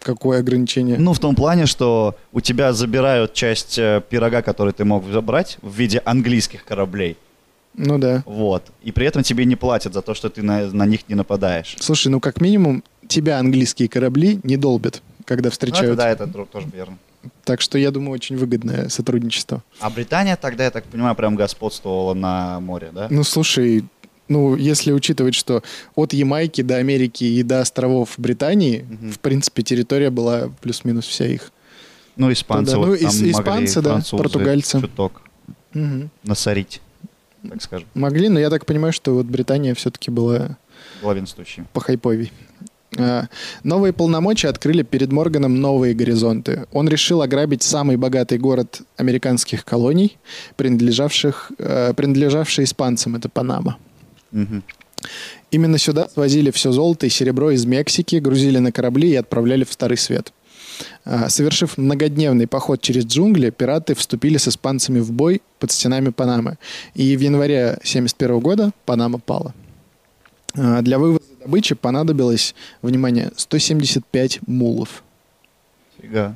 [SPEAKER 1] Какое ограничение?
[SPEAKER 3] Ну, в том плане, что у тебя забирают часть э, пирога, который ты мог забрать, в виде английских кораблей.
[SPEAKER 1] Ну да.
[SPEAKER 3] Вот. И при этом тебе не платят за то, что ты на, на них не нападаешь.
[SPEAKER 1] Слушай, ну как минимум тебя английские корабли не долбят, когда
[SPEAKER 3] Ну, это
[SPEAKER 1] встречают.
[SPEAKER 3] да, это дру- тоже верно.
[SPEAKER 1] Так что я думаю, очень выгодное сотрудничество.
[SPEAKER 3] А Британия тогда, я так понимаю, прям господствовала на море, да?
[SPEAKER 1] Ну слушай, ну если учитывать, что от Ямайки до Америки и до островов Британии,
[SPEAKER 3] Мгм.
[SPEAKER 1] в принципе, территория была плюс-минус вся их.
[SPEAKER 3] Ну, испанцы
[SPEAKER 1] Да,
[SPEAKER 3] вот
[SPEAKER 1] ну,
[SPEAKER 3] там
[SPEAKER 1] ис-
[SPEAKER 3] могли,
[SPEAKER 1] испанцы, да,
[SPEAKER 3] французы
[SPEAKER 1] португальцы.
[SPEAKER 3] Чуток
[SPEAKER 1] Мгм.
[SPEAKER 3] насорить, так скажем,
[SPEAKER 1] Могли, но я так понимаю, что вот Британия все-таки была
[SPEAKER 3] главенствующим.
[SPEAKER 1] похайповей. А, Новые полномочия открыли перед Морганом новые горизонты. Он решил ограбить самый богатый город американских колоний, принадлежавших, э, принадлежавший испанцам, это Панама.
[SPEAKER 3] Мгм.
[SPEAKER 1] Именно сюда свозили все золото и серебро из Мексики, грузили на корабли и отправляли в Старый Свет. А, Совершив многодневный поход через джунгли, пираты вступили с испанцами в бой под стенами Панамы. И в январе 1971 года Панама пала. А, Для вывоза добычи понадобилось, внимание, 175 мулов.
[SPEAKER 3] Фига.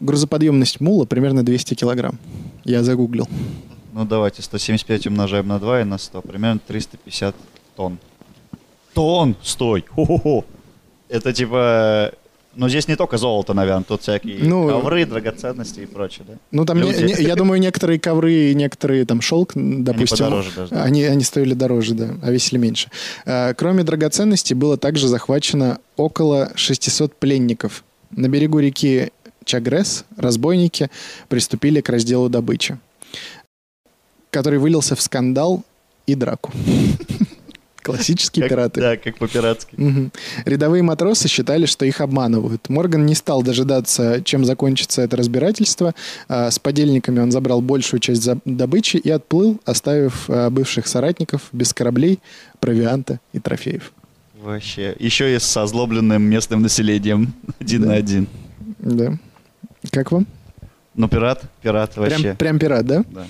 [SPEAKER 1] Грузоподъемность мула примерно 200 килограмм. Я загуглил.
[SPEAKER 3] Ну, давайте 175 умножаем на 2 и на 100. Примерно 350 тонн. Тонн! Стой! Хо-хо-хо! Это типа Но здесь не только золото, наверное, тут всякие
[SPEAKER 1] Ну,
[SPEAKER 3] ковры, драгоценности и прочее, да?
[SPEAKER 1] Ну, там, не-
[SPEAKER 3] Люди.
[SPEAKER 1] не- я думаю, некоторые ковры и некоторые там шелк, допустим, а,
[SPEAKER 3] подороже даже, да.
[SPEAKER 1] они, они стоили дороже, да, а весили меньше. Э, Кроме драгоценностей было также захвачено около 600 пленников. На берегу реки Чагрес разбойники приступили к разделу добычи, который вылился в скандал и драку. Классические
[SPEAKER 3] Как-
[SPEAKER 1] пираты.
[SPEAKER 3] Да, как по-пиратски.
[SPEAKER 1] Мгм. Рядовые матросы считали, что их обманывают. Морган не стал дожидаться, чем закончится это разбирательство. А, С подельниками он забрал большую часть за- добычи и отплыл, оставив а, бывших соратников без кораблей, провианта и трофеев.
[SPEAKER 3] Вообще. Еще и с озлобленным местным населением. Один
[SPEAKER 1] Да.
[SPEAKER 3] на один.
[SPEAKER 1] Да. Как вам?
[SPEAKER 3] Ну, пират, пират вообще.
[SPEAKER 1] Прям, прям пират, да?
[SPEAKER 3] Да.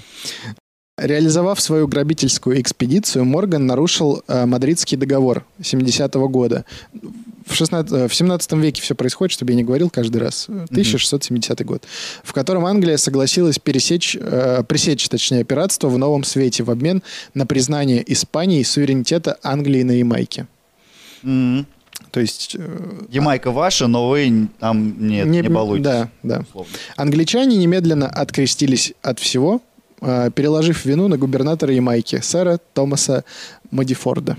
[SPEAKER 1] Реализовав свою грабительскую экспедицию, Морган нарушил э, Мадридский договор 70-го года. В, 16, э, в 17 веке все происходит, чтобы я не говорил каждый раз. Э, 1670 год, в котором Англия согласилась пересечь, э, пресечь, точнее, пиратство в новом свете в обмен на признание Испании суверенитета Англии на Ямайке.
[SPEAKER 3] М.
[SPEAKER 1] То есть... э,
[SPEAKER 3] Ямайка ваша, но вы н- там нет, не, получите.
[SPEAKER 1] Да, да.
[SPEAKER 3] условно.
[SPEAKER 1] Англичане немедленно открестились от всего, э, переложив вину на губернатора Ямайки, сэра Томаса Модифорда.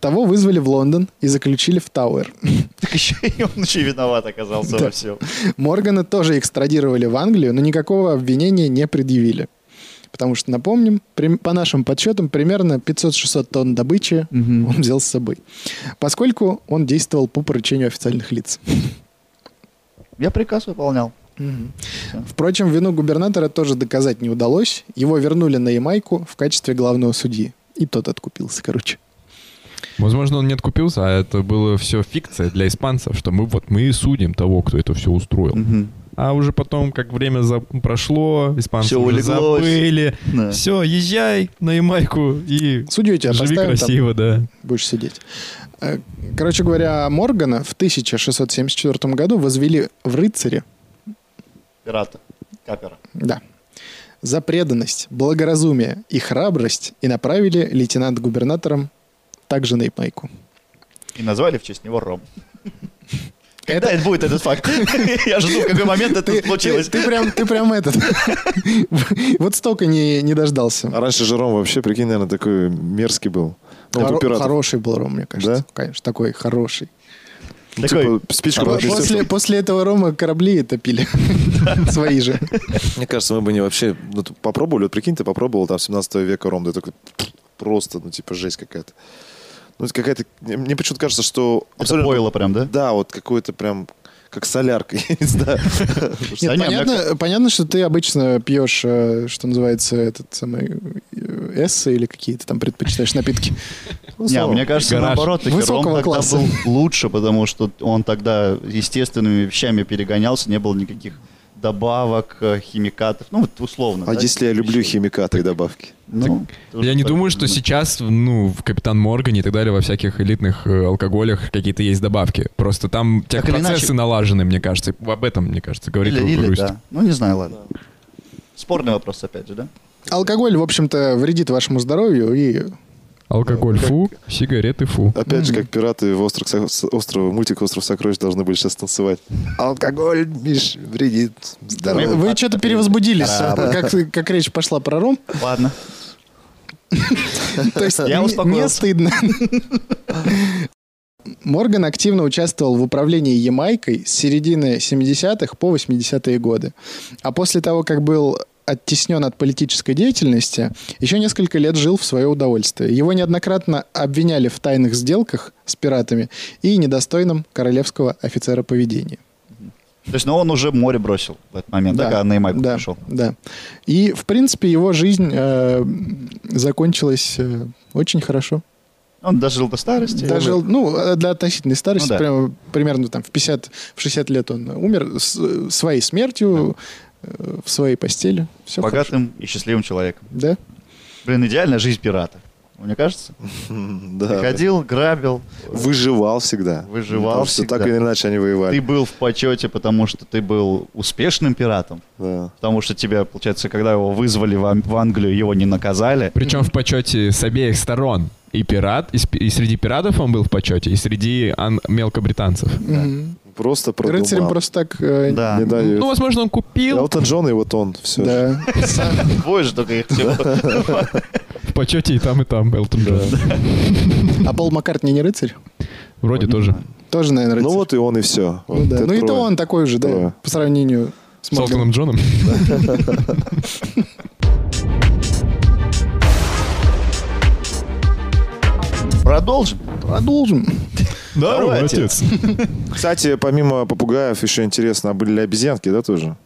[SPEAKER 1] Того вызвали в Лондон и заключили в Тауэр.
[SPEAKER 3] Так еще и он еще и виноват оказался
[SPEAKER 1] Да.
[SPEAKER 3] во всем.
[SPEAKER 1] Моргана тоже экстрадировали в Англию, но никакого обвинения не предъявили. Потому что, напомним, при- по нашим подсчетам, примерно 500-600 тонн добычи он взял с собой. Поскольку он действовал по поручению официальных лиц.
[SPEAKER 3] Я приказ выполнял.
[SPEAKER 1] Впрочем, вину губернатора тоже доказать не удалось. Его вернули на Ямайку в качестве главного судьи. И тот откупился, короче.
[SPEAKER 2] Возможно, он не откупился, а это было все фикция для испанцев, что мы вот мы и судим того, кто это все устроил.
[SPEAKER 3] Мгм.
[SPEAKER 2] А уже потом, как время за- прошло, испанцы
[SPEAKER 3] Всё
[SPEAKER 2] уже
[SPEAKER 3] улеглось.
[SPEAKER 2] забыли.
[SPEAKER 3] Да.
[SPEAKER 2] Все, езжай на Ямайку и
[SPEAKER 1] Судью тебя
[SPEAKER 2] живи
[SPEAKER 1] поставим, там
[SPEAKER 2] красиво, да.
[SPEAKER 1] будешь сидеть. Э, Короче говоря, Моргана в 1674 году возвели в рыцаре.
[SPEAKER 3] Пирата. Капера.
[SPEAKER 1] Да. За преданность, благоразумие и храбрость и направили лейтенант-губернатором также на Ямайку.
[SPEAKER 3] И назвали в честь него Ром. Когда это будет этот факт? Я жду, в какой момент это
[SPEAKER 1] ты,
[SPEAKER 3] случилось.
[SPEAKER 1] ты прям, ты прям этот. Вот столько не, не дождался.
[SPEAKER 4] А раньше же Ром вообще, прикинь, наверное, такой мерзкий был. Ну, вот у
[SPEAKER 1] Хоро-
[SPEAKER 4] пиратов.
[SPEAKER 1] Хороший был ром, мне кажется.
[SPEAKER 4] Да?
[SPEAKER 1] Конечно, такой хороший.
[SPEAKER 4] Ну,
[SPEAKER 3] Такой-
[SPEAKER 4] Типа, спичку
[SPEAKER 1] По-
[SPEAKER 3] Хороший.
[SPEAKER 4] подвесишь,
[SPEAKER 1] После, после этого рома корабли топили. Свои же.
[SPEAKER 4] Мне кажется, мы бы не вообще... ну, т- попробовали, вот прикинь, ты попробовал там 17 века ром, да такой просто, ну, типа, жесть какая-то. Ну, это какая-то... Мне мне почему-то кажется, что...
[SPEAKER 3] Это пойло прям, да?
[SPEAKER 4] Да, вот какой-то прям... Как солярка, я не знаю.
[SPEAKER 1] Нет,
[SPEAKER 3] Да а не,
[SPEAKER 1] понятно, понятно, что ты обычно пьешь, э, что называется, этот самый э, эссе или какие-то там предпочитаешь напитки.
[SPEAKER 4] Ну,
[SPEAKER 3] Не, а
[SPEAKER 4] словом,
[SPEAKER 3] мне кажется,
[SPEAKER 2] Гараж.
[SPEAKER 3] наоборот, таки Ром
[SPEAKER 1] Высокого
[SPEAKER 3] тогда
[SPEAKER 1] класса.
[SPEAKER 3] был лучше, потому что он тогда естественными вещами перегонялся, не было никаких добавок, э, химикатов. Ну, вот условно.
[SPEAKER 4] А
[SPEAKER 3] да,
[SPEAKER 4] если я люблю
[SPEAKER 3] вещей.
[SPEAKER 4] химикаты и добавки?
[SPEAKER 3] Ну, тоже
[SPEAKER 2] Я не
[SPEAKER 3] так,
[SPEAKER 2] думаю, что сейчас, ну, в Капитан Моргане и так далее, во всяких элитных э, алкоголях какие-то есть добавки. Просто там
[SPEAKER 3] Так или иначе-
[SPEAKER 2] техпроцессы налажены, мне кажется. И Об этом, мне кажется, говорит
[SPEAKER 3] Или, или,
[SPEAKER 2] Русь.
[SPEAKER 3] да. Ну, не знаю, ладно. Спорный вопрос, опять же, да?
[SPEAKER 1] Алкоголь, в общем-то, вредит вашему здоровью и...
[SPEAKER 2] Алкоголь
[SPEAKER 3] Ну,
[SPEAKER 2] фу, сигареты фу.
[SPEAKER 4] Опять же, как пираты в остров, Со- с- острова, мультик «Остров сокровищ» должны были сейчас танцевать. Алкоголь, Миш, вредит
[SPEAKER 1] Вы,
[SPEAKER 4] здоровью.
[SPEAKER 1] вы что-то перевозбудились,
[SPEAKER 4] А,
[SPEAKER 1] как, как речь пошла про ром.
[SPEAKER 3] Ладно.
[SPEAKER 1] То есть
[SPEAKER 3] Я
[SPEAKER 1] н- не
[SPEAKER 3] успокоился.
[SPEAKER 1] стыдно. Морган активно участвовал в управлении Ямайкой с середины 70-х по 80-е годы. А после того, как был оттеснен от политической деятельности, еще несколько лет жил в свое удовольствие. Его неоднократно обвиняли в тайных сделках с пиратами и недостойном королевского офицера поведения.
[SPEAKER 3] То есть, ну, он уже море бросил в этот момент, да, когда на Ямайку
[SPEAKER 1] да,
[SPEAKER 3] пришел.
[SPEAKER 1] Да. И, в принципе, его жизнь э, закончилась э, очень хорошо.
[SPEAKER 3] Он дожил до старости.
[SPEAKER 1] Дожил, ну, э, для относительной старости,
[SPEAKER 3] Ну да.
[SPEAKER 1] прям- примерно там в 50, в 60 лет он умер с- э, своей смертью, э, в своей постели. Все
[SPEAKER 3] богатым и счастливым человеком.
[SPEAKER 1] Да?
[SPEAKER 3] Блин, идеальная жизнь пирата. Мне кажется.
[SPEAKER 4] М, Да.
[SPEAKER 3] Ты ходил, грабил,
[SPEAKER 4] Выживал всегда.
[SPEAKER 3] Выживал
[SPEAKER 4] Потому что
[SPEAKER 3] всегда.
[SPEAKER 4] так или иначе они
[SPEAKER 3] ты
[SPEAKER 4] воевали.
[SPEAKER 3] был в почете, потому что ты был успешным пиратом.
[SPEAKER 4] Да.
[SPEAKER 3] Потому что тебя, получается, когда его вызвали в Ан- в Англию, его не наказали.
[SPEAKER 2] Причем в почете с обеих сторон. И пират, и, спи- и среди пиратов он был в почете, и среди ан- мелкобританцев.
[SPEAKER 1] Мгм.
[SPEAKER 4] Просто продумал.
[SPEAKER 1] Рыцарем просто так... э,
[SPEAKER 3] Да.
[SPEAKER 4] Не дают.
[SPEAKER 2] Ну, возможно, он купил
[SPEAKER 4] Элтон Джон и вот он. Все.
[SPEAKER 1] Да.
[SPEAKER 3] Двое же только их всего.
[SPEAKER 2] в почете и там, и там Элтон Джон.
[SPEAKER 1] А Пол Маккартни не рыцарь?
[SPEAKER 2] Вроде тоже.
[SPEAKER 1] Тоже, наверное, рыцарь.
[SPEAKER 4] Ну вот и он, и все.
[SPEAKER 1] Ну, да. ну и то он такой же, да,
[SPEAKER 4] Трое.
[SPEAKER 1] по сравнению с
[SPEAKER 2] С
[SPEAKER 1] Морганом.
[SPEAKER 2] Элтоном Джоном.
[SPEAKER 3] Продолжим.
[SPEAKER 1] Продолжим.
[SPEAKER 2] Да,
[SPEAKER 3] Давайте.
[SPEAKER 2] отец.
[SPEAKER 4] Кстати, помимо попугаев, еще интересно, а были ли обезьянки, да, тоже?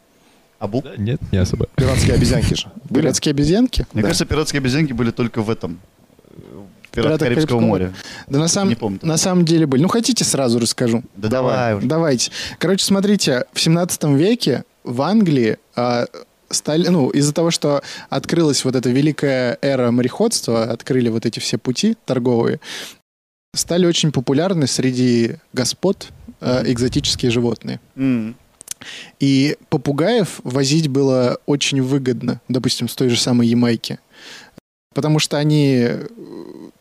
[SPEAKER 3] А бу-
[SPEAKER 2] Нет, не особо.
[SPEAKER 4] Пиратские обезьянки же. Были?
[SPEAKER 1] Пиратские обезьянки.
[SPEAKER 3] Мне
[SPEAKER 4] Да.
[SPEAKER 3] кажется, пиратские обезьянки были только в этом. э, в
[SPEAKER 1] «Пиратах
[SPEAKER 3] «Пиратах
[SPEAKER 1] Карибского
[SPEAKER 3] Карибского моря.
[SPEAKER 1] Да на, самом
[SPEAKER 3] Не помню.
[SPEAKER 1] на самом деле были. Ну, хотите, сразу расскажу.
[SPEAKER 3] Да давай уже.
[SPEAKER 1] Давайте. Короче, смотрите, в 17 веке в Англии а, стали, ну, из-за того, что открылась вот эта великая эра мореходства, открыли вот эти все пути торговые, стали очень популярны среди господ а, экзотические животные.
[SPEAKER 3] М.
[SPEAKER 1] И попугаев возить было очень выгодно, допустим, с той же самой Ямайки. Потому что они... э,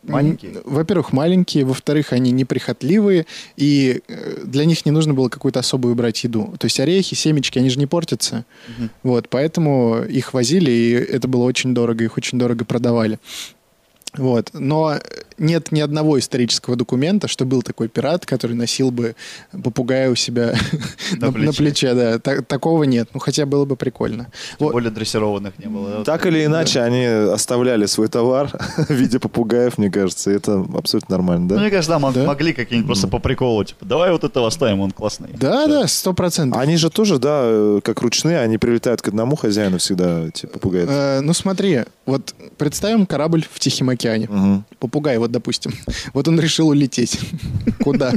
[SPEAKER 3] Маленькие?
[SPEAKER 1] м, Во-первых, маленькие, во-вторых, они неприхотливые, и э, для них не нужно было какую-то особую брать еду. То есть орехи, семечки, они же не портятся.
[SPEAKER 3] Мгм.
[SPEAKER 1] Вот, поэтому их возили, и это было очень дорого, их очень дорого продавали. Вот. Но нет ни одного исторического документа, что был такой пират, который носил бы попугая у себя на,
[SPEAKER 3] На
[SPEAKER 1] на плече.
[SPEAKER 3] плече.
[SPEAKER 1] да. Та- такого нет. Ну, хотя было бы прикольно.
[SPEAKER 3] Тем
[SPEAKER 1] Вот.
[SPEAKER 3] более дрессированных не было. да?
[SPEAKER 4] Так или иначе, они оставляли свой товар в виде попугаев, мне кажется, и это абсолютно нормально,
[SPEAKER 3] Ну,
[SPEAKER 4] да?
[SPEAKER 3] мне кажется, да, мог-
[SPEAKER 1] Да.
[SPEAKER 3] могли какие-нибудь просто по приколу, типа, давай вот этого оставим, он классный.
[SPEAKER 1] Да, А да, сто процентов.
[SPEAKER 4] Они же тоже, да, э, как ручные, они прилетают к одному хозяину всегда, типа, эти попугаи.
[SPEAKER 1] Э, ну смотри, вот представим корабль в Тихом океане.
[SPEAKER 4] Мгм.
[SPEAKER 1] Попугай, вот допустим. Вот он решил улететь. Куда?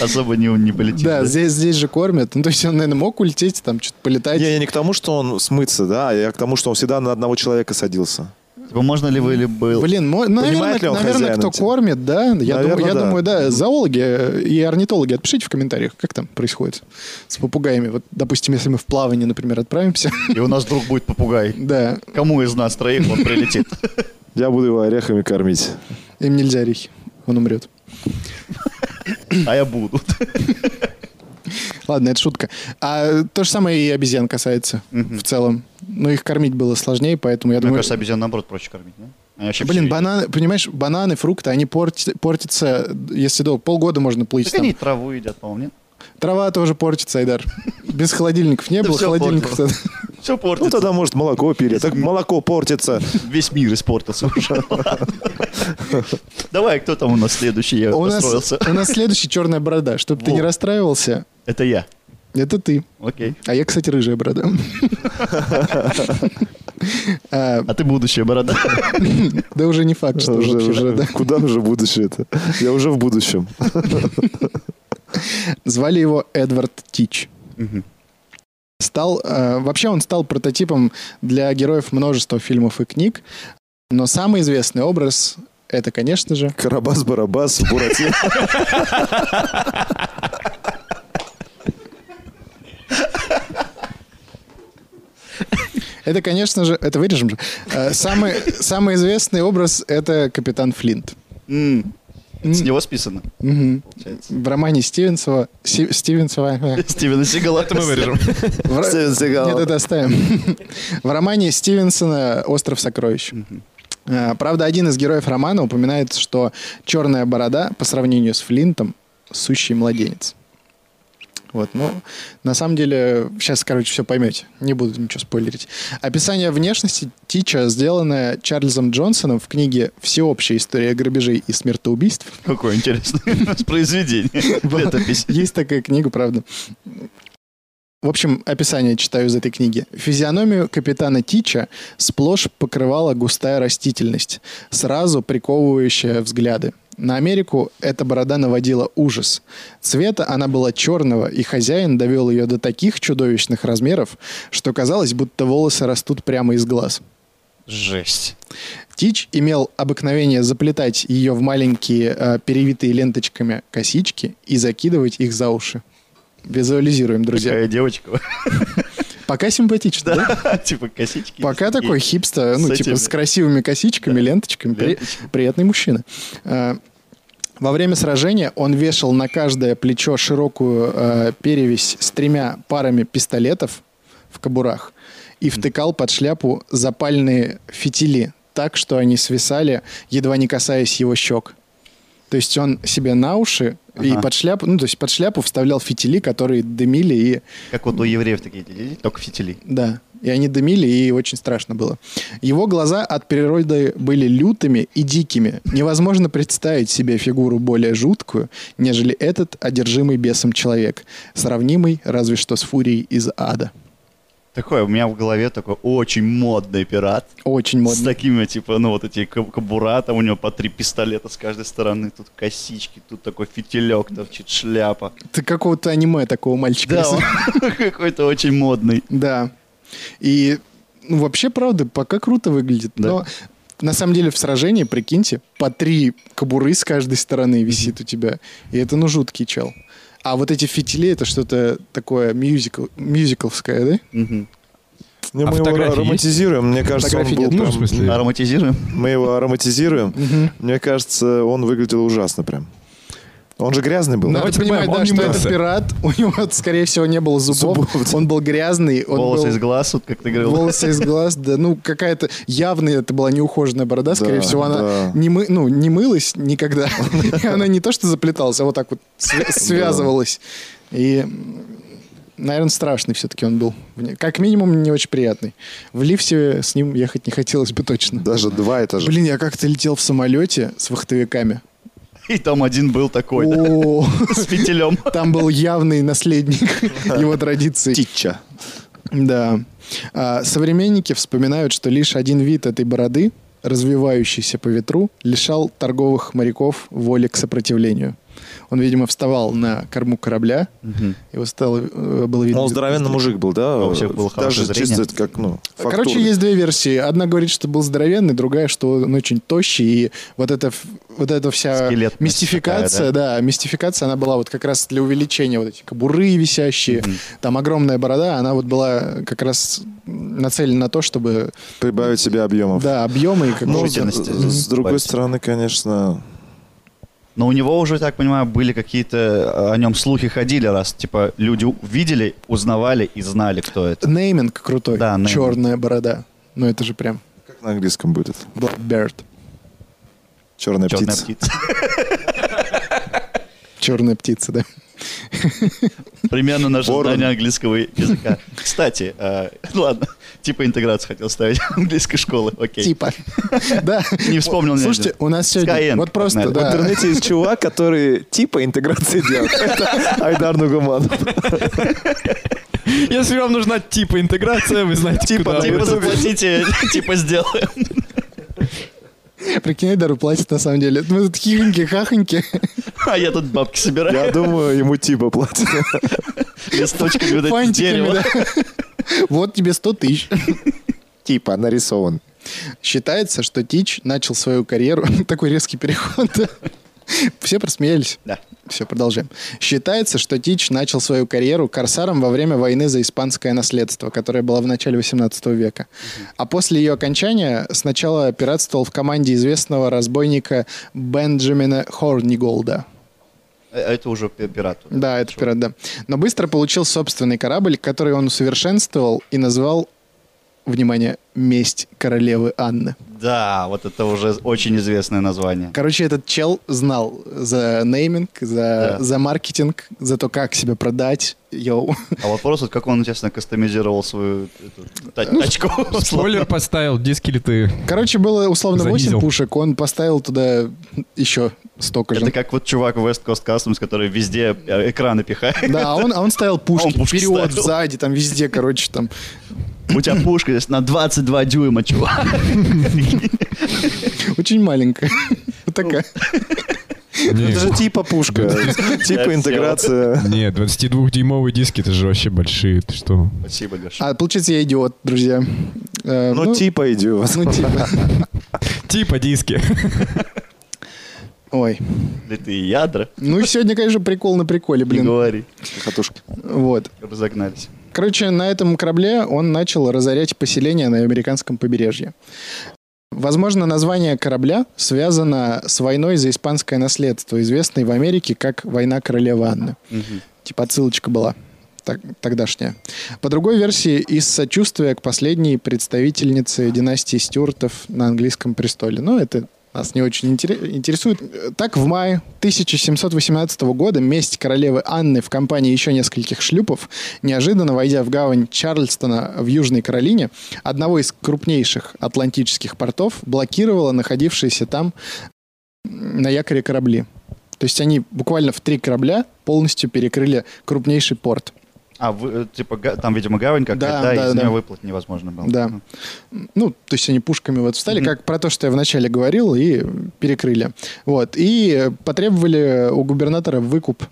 [SPEAKER 3] Особо не, не полетит.
[SPEAKER 4] Типа.
[SPEAKER 1] Да, здесь, здесь же кормят. Ну, то есть он, наверное, мог улететь, там что-то полетать.
[SPEAKER 4] Не, я не к тому, что он смыться, да, я к тому, что он всегда на одного человека садился.
[SPEAKER 3] Типа, можно ли вы или был?
[SPEAKER 1] Блин, мо- наверное,
[SPEAKER 4] Понимает ли он
[SPEAKER 1] наверное
[SPEAKER 4] хозяина,
[SPEAKER 1] кто
[SPEAKER 4] типа?
[SPEAKER 1] кормит, да? Я,
[SPEAKER 4] Наверное,
[SPEAKER 1] думаю, я
[SPEAKER 4] да.
[SPEAKER 1] думаю, да, зоологи э, и орнитологи, отпишите в комментариях, как там происходит с попугаями. Вот, допустим, если мы в плавание, например, отправимся,
[SPEAKER 3] И у нас вдруг будет попугай.
[SPEAKER 1] да,
[SPEAKER 3] Кому из нас троих он прилетит?
[SPEAKER 4] Я буду его орехами кормить.
[SPEAKER 1] им нельзя орехи, он умрет.
[SPEAKER 3] А я буду.
[SPEAKER 1] Ладно, это шутка. А то же самое и обезьян касается в целом. Но их кормить было сложнее, поэтому я
[SPEAKER 3] Мне
[SPEAKER 1] думаю...
[SPEAKER 3] кажется, обезьян наоборот проще кормить, да? Они вообще
[SPEAKER 1] Блин,
[SPEAKER 3] всё
[SPEAKER 1] бананы, понимаешь, бананы, фрукты, они порти- портятся, если долго, полгода можно
[SPEAKER 3] едят.
[SPEAKER 1] плыть
[SPEAKER 3] Так
[SPEAKER 1] там.
[SPEAKER 3] они и траву едят, по-моему, нет?
[SPEAKER 1] Трава тоже портится, Айдар. Без холодильников не
[SPEAKER 3] Да
[SPEAKER 1] было,
[SPEAKER 3] всё
[SPEAKER 1] холодильников
[SPEAKER 3] портилось. Все
[SPEAKER 4] Ну
[SPEAKER 3] портится.
[SPEAKER 4] тогда, может, молоко перья. Так молоко портится.
[SPEAKER 3] Весь мир испортился уже. Давай, кто там у нас следующий? Я
[SPEAKER 1] А У нас,
[SPEAKER 3] расстроился.
[SPEAKER 1] у нас следующий черная борода. Чтобы ты
[SPEAKER 3] Во.
[SPEAKER 1] не расстраивался,
[SPEAKER 3] Это я.
[SPEAKER 1] это ты.
[SPEAKER 3] Окей.
[SPEAKER 1] А я, кстати, рыжая борода. А,
[SPEAKER 3] А ты будущая борода.
[SPEAKER 1] Да уже не факт, что уже вообще борода.
[SPEAKER 4] Куда уже будущее это? Я уже в будущем.
[SPEAKER 1] Звали его Эдвард Тич.
[SPEAKER 3] Мгм.
[SPEAKER 1] Стал, э, вообще он стал прототипом для героев множества фильмов и книг, но самый известный образ — это, конечно же...
[SPEAKER 4] Карабас-барабас, Буратино.
[SPEAKER 1] Это, конечно же... Это вырежем же. Э, Самый, самый известный образ — это капитан Флинт.
[SPEAKER 3] М.
[SPEAKER 1] М.
[SPEAKER 3] С него списано,
[SPEAKER 1] Мгм.
[SPEAKER 3] получается.
[SPEAKER 1] В романе Стивенсова... Си- Стивенсова... э,
[SPEAKER 3] Стивена Сигала. Это мы вырежем.
[SPEAKER 1] в ро-
[SPEAKER 4] Стивен Сигал.
[SPEAKER 1] Нет, это оставим. В романе Стивенсона «Остров сокровищ». Э, Правда, один из героев романа упоминает, что черная борода по сравнению с Флинтом – сущий младенец. Вот, ну, на самом деле, сейчас, короче, все поймете. Не буду ничего спойлерить. Описание внешности Тича, сделанное Чарльзом Джонсоном в книге «Всеобщая история грабежей и смертоубийств»,
[SPEAKER 3] Какое интересное у нас произведение. Летопись.
[SPEAKER 1] Есть такая книга, правда. В общем, описание читаю из этой книги. Физиономию капитана Тича сплошь покрывала густая растительность, сразу приковывающая взгляды. На Америку эта борода наводила ужас. Цвета она была черного, и хозяин довел ее до таких чудовищных размеров, что казалось, будто волосы растут прямо из глаз.
[SPEAKER 3] Жесть.
[SPEAKER 1] Тич имел обыкновение заплетать ее в маленькие э, перевитые ленточками косички и закидывать их за уши. Визуализируем, друзья.
[SPEAKER 3] Такая девочка.
[SPEAKER 1] Пока симпатично, да?
[SPEAKER 3] Типа косички.
[SPEAKER 1] Пока такой
[SPEAKER 3] хит.
[SPEAKER 1] хипста,
[SPEAKER 3] С
[SPEAKER 1] ну, типа,
[SPEAKER 3] этими.
[SPEAKER 1] с красивыми косичками, ленточками, при- приятный мужчина. Э, Во время сражения он вешал на каждое плечо широкую э, перевязь с тремя парами пистолетов в кобурах и втыкал под шляпу запальные фитили так, что они свисали, едва не касаясь его щек. То есть он себе на уши и
[SPEAKER 3] Ага.
[SPEAKER 1] под шляпу, ну, то есть под шляпу вставлял фитили, которые дымили и
[SPEAKER 3] Как вот у евреев такие, дети, только фитили.
[SPEAKER 1] да, и они дымили, и очень страшно было. Его глаза от природы были лютыми и дикими. Невозможно представить себе фигуру более жуткую, нежели этот одержимый бесом человек, сравнимый разве что с фурией из ада.
[SPEAKER 3] Такое, у меня в голове такой очень модный пират.
[SPEAKER 1] Очень
[SPEAKER 3] С
[SPEAKER 1] модно.
[SPEAKER 3] такими, типа, ну, вот эти каб- кабура, там у него по три пистолета с каждой стороны, тут косички, тут такой фитилек, торчит шляпа.
[SPEAKER 1] Ты какого-то аниме такого мальчика.
[SPEAKER 3] Да,
[SPEAKER 1] рисуешь.
[SPEAKER 3] он какой-то очень модный.
[SPEAKER 1] Да. И ну, вообще, правда, пока круто выглядит.
[SPEAKER 3] Да.
[SPEAKER 1] Но на самом деле в сражении, прикиньте, по три кобуры с каждой стороны висит у тебя. И это, ну, жуткий чел. А вот эти фитили, это что-то такое мюзикл, мюзикловское, да?
[SPEAKER 3] Мгм.
[SPEAKER 4] Не,
[SPEAKER 2] А
[SPEAKER 4] мы его
[SPEAKER 2] фотографии
[SPEAKER 4] ароматизируем. Мне кажется, он
[SPEAKER 1] Фотографий
[SPEAKER 4] был
[SPEAKER 1] нет.
[SPEAKER 2] Ну, в
[SPEAKER 4] прям-
[SPEAKER 2] смысле,
[SPEAKER 3] Ароматизируем.
[SPEAKER 4] Мы его ароматизируем. Мне кажется, он выглядел ужасно прям. Он же грязный был.
[SPEAKER 1] Надо
[SPEAKER 2] Давайте
[SPEAKER 1] понимать,
[SPEAKER 2] понимаем,
[SPEAKER 1] да,
[SPEAKER 2] он не
[SPEAKER 1] что
[SPEAKER 2] мылся.
[SPEAKER 1] это пират. У него, скорее всего, не было зубов.
[SPEAKER 4] Зубов, да.
[SPEAKER 1] Он был грязный. Он
[SPEAKER 3] Волосы
[SPEAKER 1] был...
[SPEAKER 3] из глаз, вот как ты говорил.
[SPEAKER 1] Волосы из глаз, да. Ну, какая-то явно это была неухоженная борода. Скорее
[SPEAKER 4] Да,
[SPEAKER 1] всего, она
[SPEAKER 4] да.
[SPEAKER 1] не, мы, ну, не мылась никогда. И она не то что заплеталась, а вот так вот св- связывалась. И, наверное, страшный все-таки он был. Вне- Как минимум, не очень приятный. В лифте с ним ехать не хотелось бы точно.
[SPEAKER 4] Даже два этажа.
[SPEAKER 1] Блин, я как-то летел в самолете с вахтовиками.
[SPEAKER 3] И там один был такой, да,
[SPEAKER 1] О,
[SPEAKER 3] с фитилем.
[SPEAKER 1] Там был явный наследник его традиций.
[SPEAKER 4] Тича.
[SPEAKER 1] Да. А, современники вспоминают, что лишь один вид этой бороды, развивающийся по ветру, лишал торговых моряков воли к сопротивлению. Он, видимо, вставал на корму корабля, его стало, э, было видно.
[SPEAKER 4] Он здоровенный мужик был, да?
[SPEAKER 3] Да, у всех было хорошее
[SPEAKER 4] Даже
[SPEAKER 3] зрение.
[SPEAKER 4] чисто как, ну,
[SPEAKER 1] Короче,
[SPEAKER 4] фактурный.
[SPEAKER 1] есть две версии. Одна говорит, что был здоровенный, другая, что он очень тощий. И вот эта, ф- вот эта вся
[SPEAKER 3] Скелетность
[SPEAKER 1] мистификация,
[SPEAKER 3] такая,
[SPEAKER 1] да? мистификация, она была вот как раз для увеличения вот эти кобуры висящие, там огромная борода, она вот была как раз нацелена на то, чтобы,
[SPEAKER 4] Прибавить себе объемов.
[SPEAKER 1] да, объемы и как э,
[SPEAKER 4] Ну,
[SPEAKER 1] бы-
[SPEAKER 4] с,
[SPEAKER 3] Жидкости.
[SPEAKER 4] с другой
[SPEAKER 3] Добавить.
[SPEAKER 4] стороны, конечно,
[SPEAKER 3] Но у него уже, так понимаю, были какие-то э, о нем слухи ходили, раз типа люди видели, узнавали и знали, кто это.
[SPEAKER 1] э, Нейминг крутой.
[SPEAKER 3] Да, нейминг.
[SPEAKER 1] Черная борода. Ну, это же прям
[SPEAKER 4] как на английском будет?
[SPEAKER 1] Blackbird.
[SPEAKER 4] Черная,
[SPEAKER 3] Черная
[SPEAKER 4] птица.
[SPEAKER 3] птица.
[SPEAKER 1] Черная птица, да.
[SPEAKER 3] Примерно наше
[SPEAKER 4] Ворон.
[SPEAKER 3] знание английского языка. Кстати, э, ладно, типа интеграцию хотел ставить английской школы, окей.
[SPEAKER 1] Типа. Да.
[SPEAKER 3] Не вспомнил ни
[SPEAKER 1] Слушайте,
[SPEAKER 3] один.
[SPEAKER 1] у нас сегодня...
[SPEAKER 3] Skyeng,
[SPEAKER 1] Вот просто,
[SPEAKER 3] погнали.
[SPEAKER 4] В
[SPEAKER 1] да.
[SPEAKER 4] интернете есть чувак, который типа интеграции делает. Это Айдар Нугуманов.
[SPEAKER 2] Если вам нужна типа интеграция, вы знаете, куда
[SPEAKER 3] Типа
[SPEAKER 2] обратиться.
[SPEAKER 3] заплатите, типа сделаем.
[SPEAKER 1] Прикинь, Айдару платит на самом деле. Ну, Мы тут хихоньки-хахоньки.
[SPEAKER 3] А я тут бабки собираю
[SPEAKER 4] Я думаю, ему типа платят.
[SPEAKER 3] листочками вот эти
[SPEAKER 1] Фантиками,
[SPEAKER 3] дерева.
[SPEAKER 1] да. Вот тебе 100 тысяч.
[SPEAKER 4] Типа нарисован.
[SPEAKER 1] Считается, что Тич начал свою карьеру... Такой резкий переход. Все просмеялись.
[SPEAKER 3] Да.
[SPEAKER 1] Все, продолжаем. Считается, что Тич начал свою карьеру корсаром во время войны за испанское наследство, которая была в начале 18 века. А после ее окончания сначала пиратствовал в команде известного разбойника Бенджамина Хорниголда.
[SPEAKER 3] Э, Это уже пи- пират.
[SPEAKER 1] Да, это пират, да. Но быстро получил собственный корабль, который он усовершенствовал и назвал, внимание, «Месть королевы Анны».
[SPEAKER 3] Да, вот это уже очень известное название.
[SPEAKER 1] Короче, этот чел знал за нейминг, за,
[SPEAKER 3] Да.
[SPEAKER 1] за маркетинг, за то, как себя продать. Йоу.
[SPEAKER 3] А вопрос, вот как он, честно, кастомизировал свою
[SPEAKER 1] Ну,
[SPEAKER 3] эту, та- тачку.
[SPEAKER 2] Спойлер поставил, диски ли ты?
[SPEAKER 1] Короче, было условно 8
[SPEAKER 2] Занизил.
[SPEAKER 1] пушек, он поставил туда еще столько же.
[SPEAKER 3] Это как вот чувак в West Coast Customs, который везде э, экраны пихает.
[SPEAKER 1] Да, а он, а он ставил пушки,
[SPEAKER 3] Он пушки
[SPEAKER 1] вперед,
[SPEAKER 3] ставил.
[SPEAKER 1] сзади, там везде, короче, там.
[SPEAKER 3] У тебя пушка здесь на 22 дюйма, чувак.
[SPEAKER 1] Очень маленькая. Вот такая.
[SPEAKER 4] Это же
[SPEAKER 2] Нет,
[SPEAKER 4] типа пушка. Типа интеграция.
[SPEAKER 2] Нет, 22-дюймовые диски, это же вообще большие, ты что?
[SPEAKER 3] Спасибо, Леша.
[SPEAKER 1] А получается, я идиот, друзья. Э,
[SPEAKER 4] Ну типа идет.
[SPEAKER 1] Ну, типа.
[SPEAKER 2] Типа диски.
[SPEAKER 1] Ой.
[SPEAKER 3] Да ты и ядра.
[SPEAKER 1] Ну, сегодня, конечно, прикол на приколе,
[SPEAKER 3] Не
[SPEAKER 1] А блин.
[SPEAKER 3] говори.
[SPEAKER 4] Хохотушка.
[SPEAKER 1] Вот.
[SPEAKER 3] Разогнались.
[SPEAKER 1] Короче, на этом корабле он начал разорять поселения на американском побережье. Возможно, название корабля связано с войной за испанское наследство, известной в Америке как «Война королевы Анны». Типа отсылочка была так- тогдашняя. По другой версии, из сочувствия к последней представительнице династии Стюартов на английском престоле. Но это нас не очень интере- интересует. Э, Так, в мае 1718 года месть королевы Анны в компании еще нескольких шлюпов, неожиданно войдя в гавань Чарльстона в Южной Каролине, одного из крупнейших атлантических портов, блокировала находившиеся там м, на якоре корабли. То есть они буквально в три корабля полностью перекрыли крупнейший порт.
[SPEAKER 3] А, вы, э, типа, га- там, видимо, гавань какая-то,
[SPEAKER 1] Да,
[SPEAKER 3] да,
[SPEAKER 1] да,
[SPEAKER 3] из
[SPEAKER 1] да.
[SPEAKER 3] нее выплыть невозможно было.
[SPEAKER 1] Да. ну, то есть они пушками вот встали,
[SPEAKER 3] Мгм.
[SPEAKER 1] как про то, что я вначале говорил, и перекрыли. Вот, и э, потребовали у губернатора выкуп.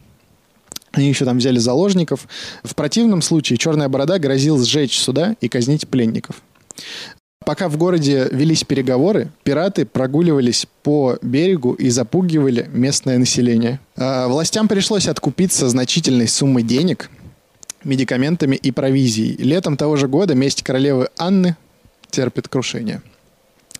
[SPEAKER 1] Они еще там взяли заложников. В противном случае Черная Борода грозил сжечь суда и казнить пленников. Пока в городе велись переговоры, пираты прогуливались по берегу и запугивали местное население. А, Властям пришлось откупиться значительной суммы денег, медикаментами и провизией. Летом того же года месть королевы Анны терпит крушение.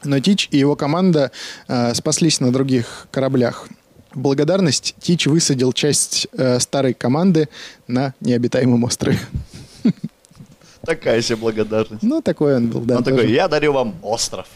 [SPEAKER 1] Но Тич и его команда э, спаслись на других кораблях. В благодарность Тич высадил часть э, старой команды на необитаемом острове.
[SPEAKER 3] Такая себе благодарность.
[SPEAKER 1] Ну, такой он был, да.
[SPEAKER 3] Он
[SPEAKER 1] тоже.
[SPEAKER 3] такой, я дарю вам остров.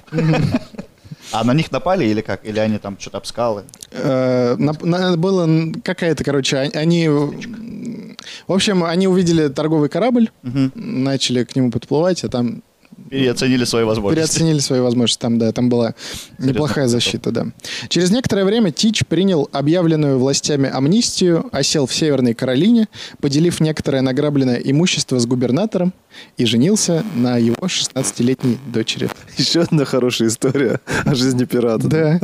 [SPEAKER 3] А на них напали или как? Или они там что-то об скалы?
[SPEAKER 1] Э, нап- на- было н- какая-то, короче, а- они... м, В общем, они увидели торговый корабль,
[SPEAKER 3] Мгм.
[SPEAKER 1] начали к нему подплывать, а там
[SPEAKER 3] Переоценили свои возможности.
[SPEAKER 1] переоценили свои возможности. Там, да, там была неплохая
[SPEAKER 3] подготовка.
[SPEAKER 1] защита, да. Через некоторое время Тич принял объявленную властями амнистию, осел в Северной Каролине, поделив некоторое награбленное имущество с губернатором и женился на его 16-летней дочери.
[SPEAKER 4] Еще одна хорошая история о жизни пирата.
[SPEAKER 1] Да.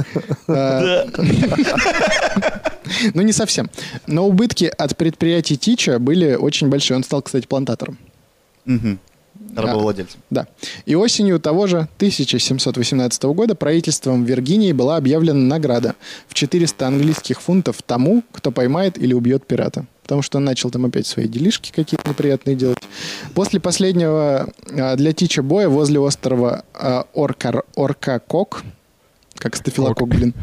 [SPEAKER 1] А, Ну, не совсем. Но убытки от предприятий Тича были очень большие. Он стал, кстати, плантатором.
[SPEAKER 3] Мгм. Рабовладельцем.
[SPEAKER 1] Да. И осенью того же 1718 года правительством Виргинии была объявлена награда в 400 английских фунтов тому, кто поймает или убьет пирата. Потому что он начал там опять свои делишки какие-то неприятные делать. После последнего а, для Тича боя возле острова а, Оркар- Оркакок, как стафилокок,
[SPEAKER 2] Кок.
[SPEAKER 1] блин,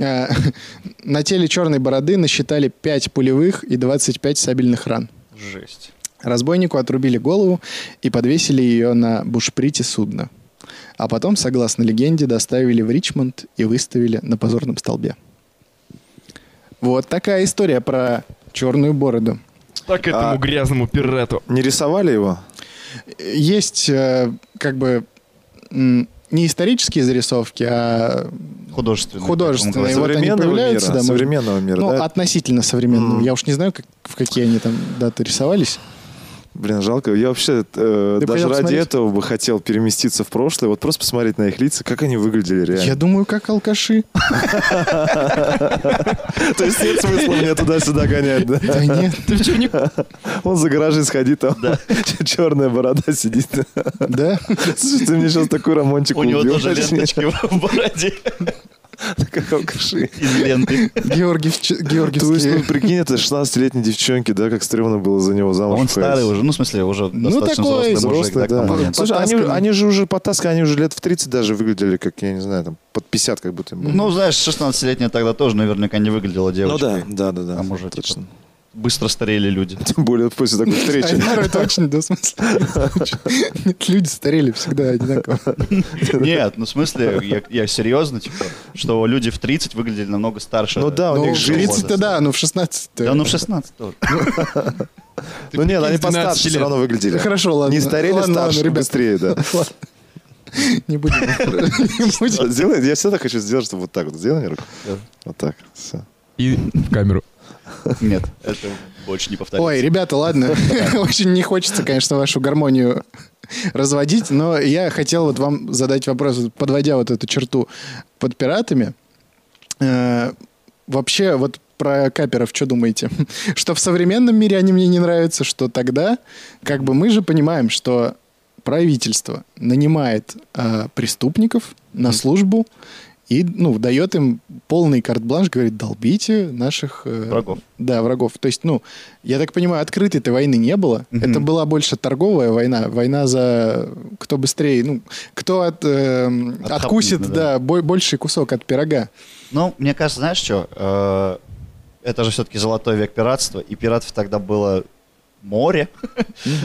[SPEAKER 1] а, на теле черной бороды насчитали 5 пулевых и 25 сабельных ран.
[SPEAKER 3] Жесть.
[SPEAKER 1] Разбойнику отрубили голову и подвесили ее на бушприте судна. А потом, согласно легенде, доставили в Ричмонд и выставили на позорном столбе. Вот такая история про черную бороду.
[SPEAKER 2] Так
[SPEAKER 4] этому
[SPEAKER 2] этому грязному пирату.
[SPEAKER 4] Не рисовали его?
[SPEAKER 1] Есть э, как бы м, не исторические зарисовки, а
[SPEAKER 3] Художественный.
[SPEAKER 1] Художественный.
[SPEAKER 3] Такому
[SPEAKER 1] И вот они
[SPEAKER 4] современного мира.
[SPEAKER 1] появляются, да, мы-
[SPEAKER 4] современного мира,
[SPEAKER 1] ну,
[SPEAKER 4] да?
[SPEAKER 1] относительно современные.
[SPEAKER 4] Мгм.
[SPEAKER 1] Я уж не знаю, как, в какие они там даты рисовались.
[SPEAKER 4] Блин, жалко. Я вообще э,
[SPEAKER 1] Ты
[SPEAKER 4] даже
[SPEAKER 1] пойдём
[SPEAKER 4] ради
[SPEAKER 1] смотреть?
[SPEAKER 4] этого бы хотел переместиться в прошлое, вот просто посмотреть на их лица, как они выглядели
[SPEAKER 1] Я
[SPEAKER 4] реально.
[SPEAKER 1] думаю, как алкаши.
[SPEAKER 4] То есть нет смысла мне туда-сюда гонять, да?
[SPEAKER 1] Да нет,
[SPEAKER 4] Он за гаражи сходи там, черная борода сидит.
[SPEAKER 1] да.
[SPEAKER 4] Слушай, ты мне сейчас такой ромончик
[SPEAKER 3] У него
[SPEAKER 4] убил,
[SPEAKER 3] тоже
[SPEAKER 4] блин,
[SPEAKER 3] ленточки в бороде.
[SPEAKER 4] Как алкаши.
[SPEAKER 3] Из ленты.
[SPEAKER 1] Георгиевч-
[SPEAKER 4] То есть, ну,
[SPEAKER 1] Георгиевские.
[SPEAKER 4] прикинь, это 16-летней девчонке, да, как стрёмно было за него замуж
[SPEAKER 3] Он
[SPEAKER 4] выходить.
[SPEAKER 3] старый уже, ну, в смысле, уже
[SPEAKER 1] Ну,
[SPEAKER 3] достаточно
[SPEAKER 1] такой
[SPEAKER 3] взрослый мужик. да,
[SPEAKER 4] Взрослый,
[SPEAKER 3] к тому
[SPEAKER 4] да.
[SPEAKER 3] моменту.
[SPEAKER 4] Слушай, они,
[SPEAKER 1] Потасканный.
[SPEAKER 4] они же уже потасканы, они уже лет в 30 даже выглядели, как, я не знаю, там, под 50 как будто им было.
[SPEAKER 3] Ну, знаешь, 16-летняя тогда тоже наверняка не выглядела девочкой.
[SPEAKER 4] да, да, да.
[SPEAKER 3] А может,
[SPEAKER 4] точно.
[SPEAKER 3] Быстро старели люди.
[SPEAKER 4] Тем более после такой встречи. Ну
[SPEAKER 1] Айнару это очень, да, в смысле? Нет, люди старели всегда одинаково.
[SPEAKER 3] Нет, ну в смысле, я, я серьезно, типа, что люди в 30 выглядели намного старше.
[SPEAKER 4] Ну да, у
[SPEAKER 1] Ну, в
[SPEAKER 4] них жизнь.
[SPEAKER 1] 30-то да, но в 16
[SPEAKER 3] Да, ну в 16 тоже.
[SPEAKER 4] Ну нет,
[SPEAKER 2] прикинь,
[SPEAKER 4] они
[SPEAKER 2] 12
[SPEAKER 4] постарше все
[SPEAKER 2] лет.
[SPEAKER 4] равно выглядели.
[SPEAKER 1] Хорошо, ладно.
[SPEAKER 4] Не старели
[SPEAKER 1] Ладно,
[SPEAKER 4] старше,
[SPEAKER 1] ладно,
[SPEAKER 4] но
[SPEAKER 1] ребят.
[SPEAKER 4] быстрее, да.
[SPEAKER 1] Ладно. Не будем. Не будем.
[SPEAKER 4] Вот Сделай, я всегда хочу сделать, чтобы вот так вот. Сделай мне руку.
[SPEAKER 3] Да.
[SPEAKER 4] Вот так, все.
[SPEAKER 2] И в камеру.
[SPEAKER 3] Нет, это больше не повторится.
[SPEAKER 1] Ой, ребята, ладно. Очень не хочется, конечно, вашу гармонию разводить, но я хотел вот вам задать вопрос, вот подводя вот эту черту под пиратами. Э, Вообще, вот про каперов что думаете? Что в современном мире они мне не нравятся, что тогда, как бы мы же понимаем, что правительство нанимает э, преступников на службу и, ну, дает им полный карт-бланш, говорит, долбите наших... э,
[SPEAKER 3] Врагов.
[SPEAKER 1] Да, врагов. То есть, ну, я так понимаю, открытой-то войны не было.
[SPEAKER 3] Мгм.
[SPEAKER 1] Это была больше торговая война. Война за кто быстрее, ну, кто от, э,
[SPEAKER 3] Отхапнет,
[SPEAKER 1] откусит,
[SPEAKER 3] ну
[SPEAKER 1] да,
[SPEAKER 3] да.
[SPEAKER 1] бо- больший кусок от пирога.
[SPEAKER 3] Ну, мне кажется, знаешь что? э, Это же все-таки золотой век пиратства, и пиратов тогда было море.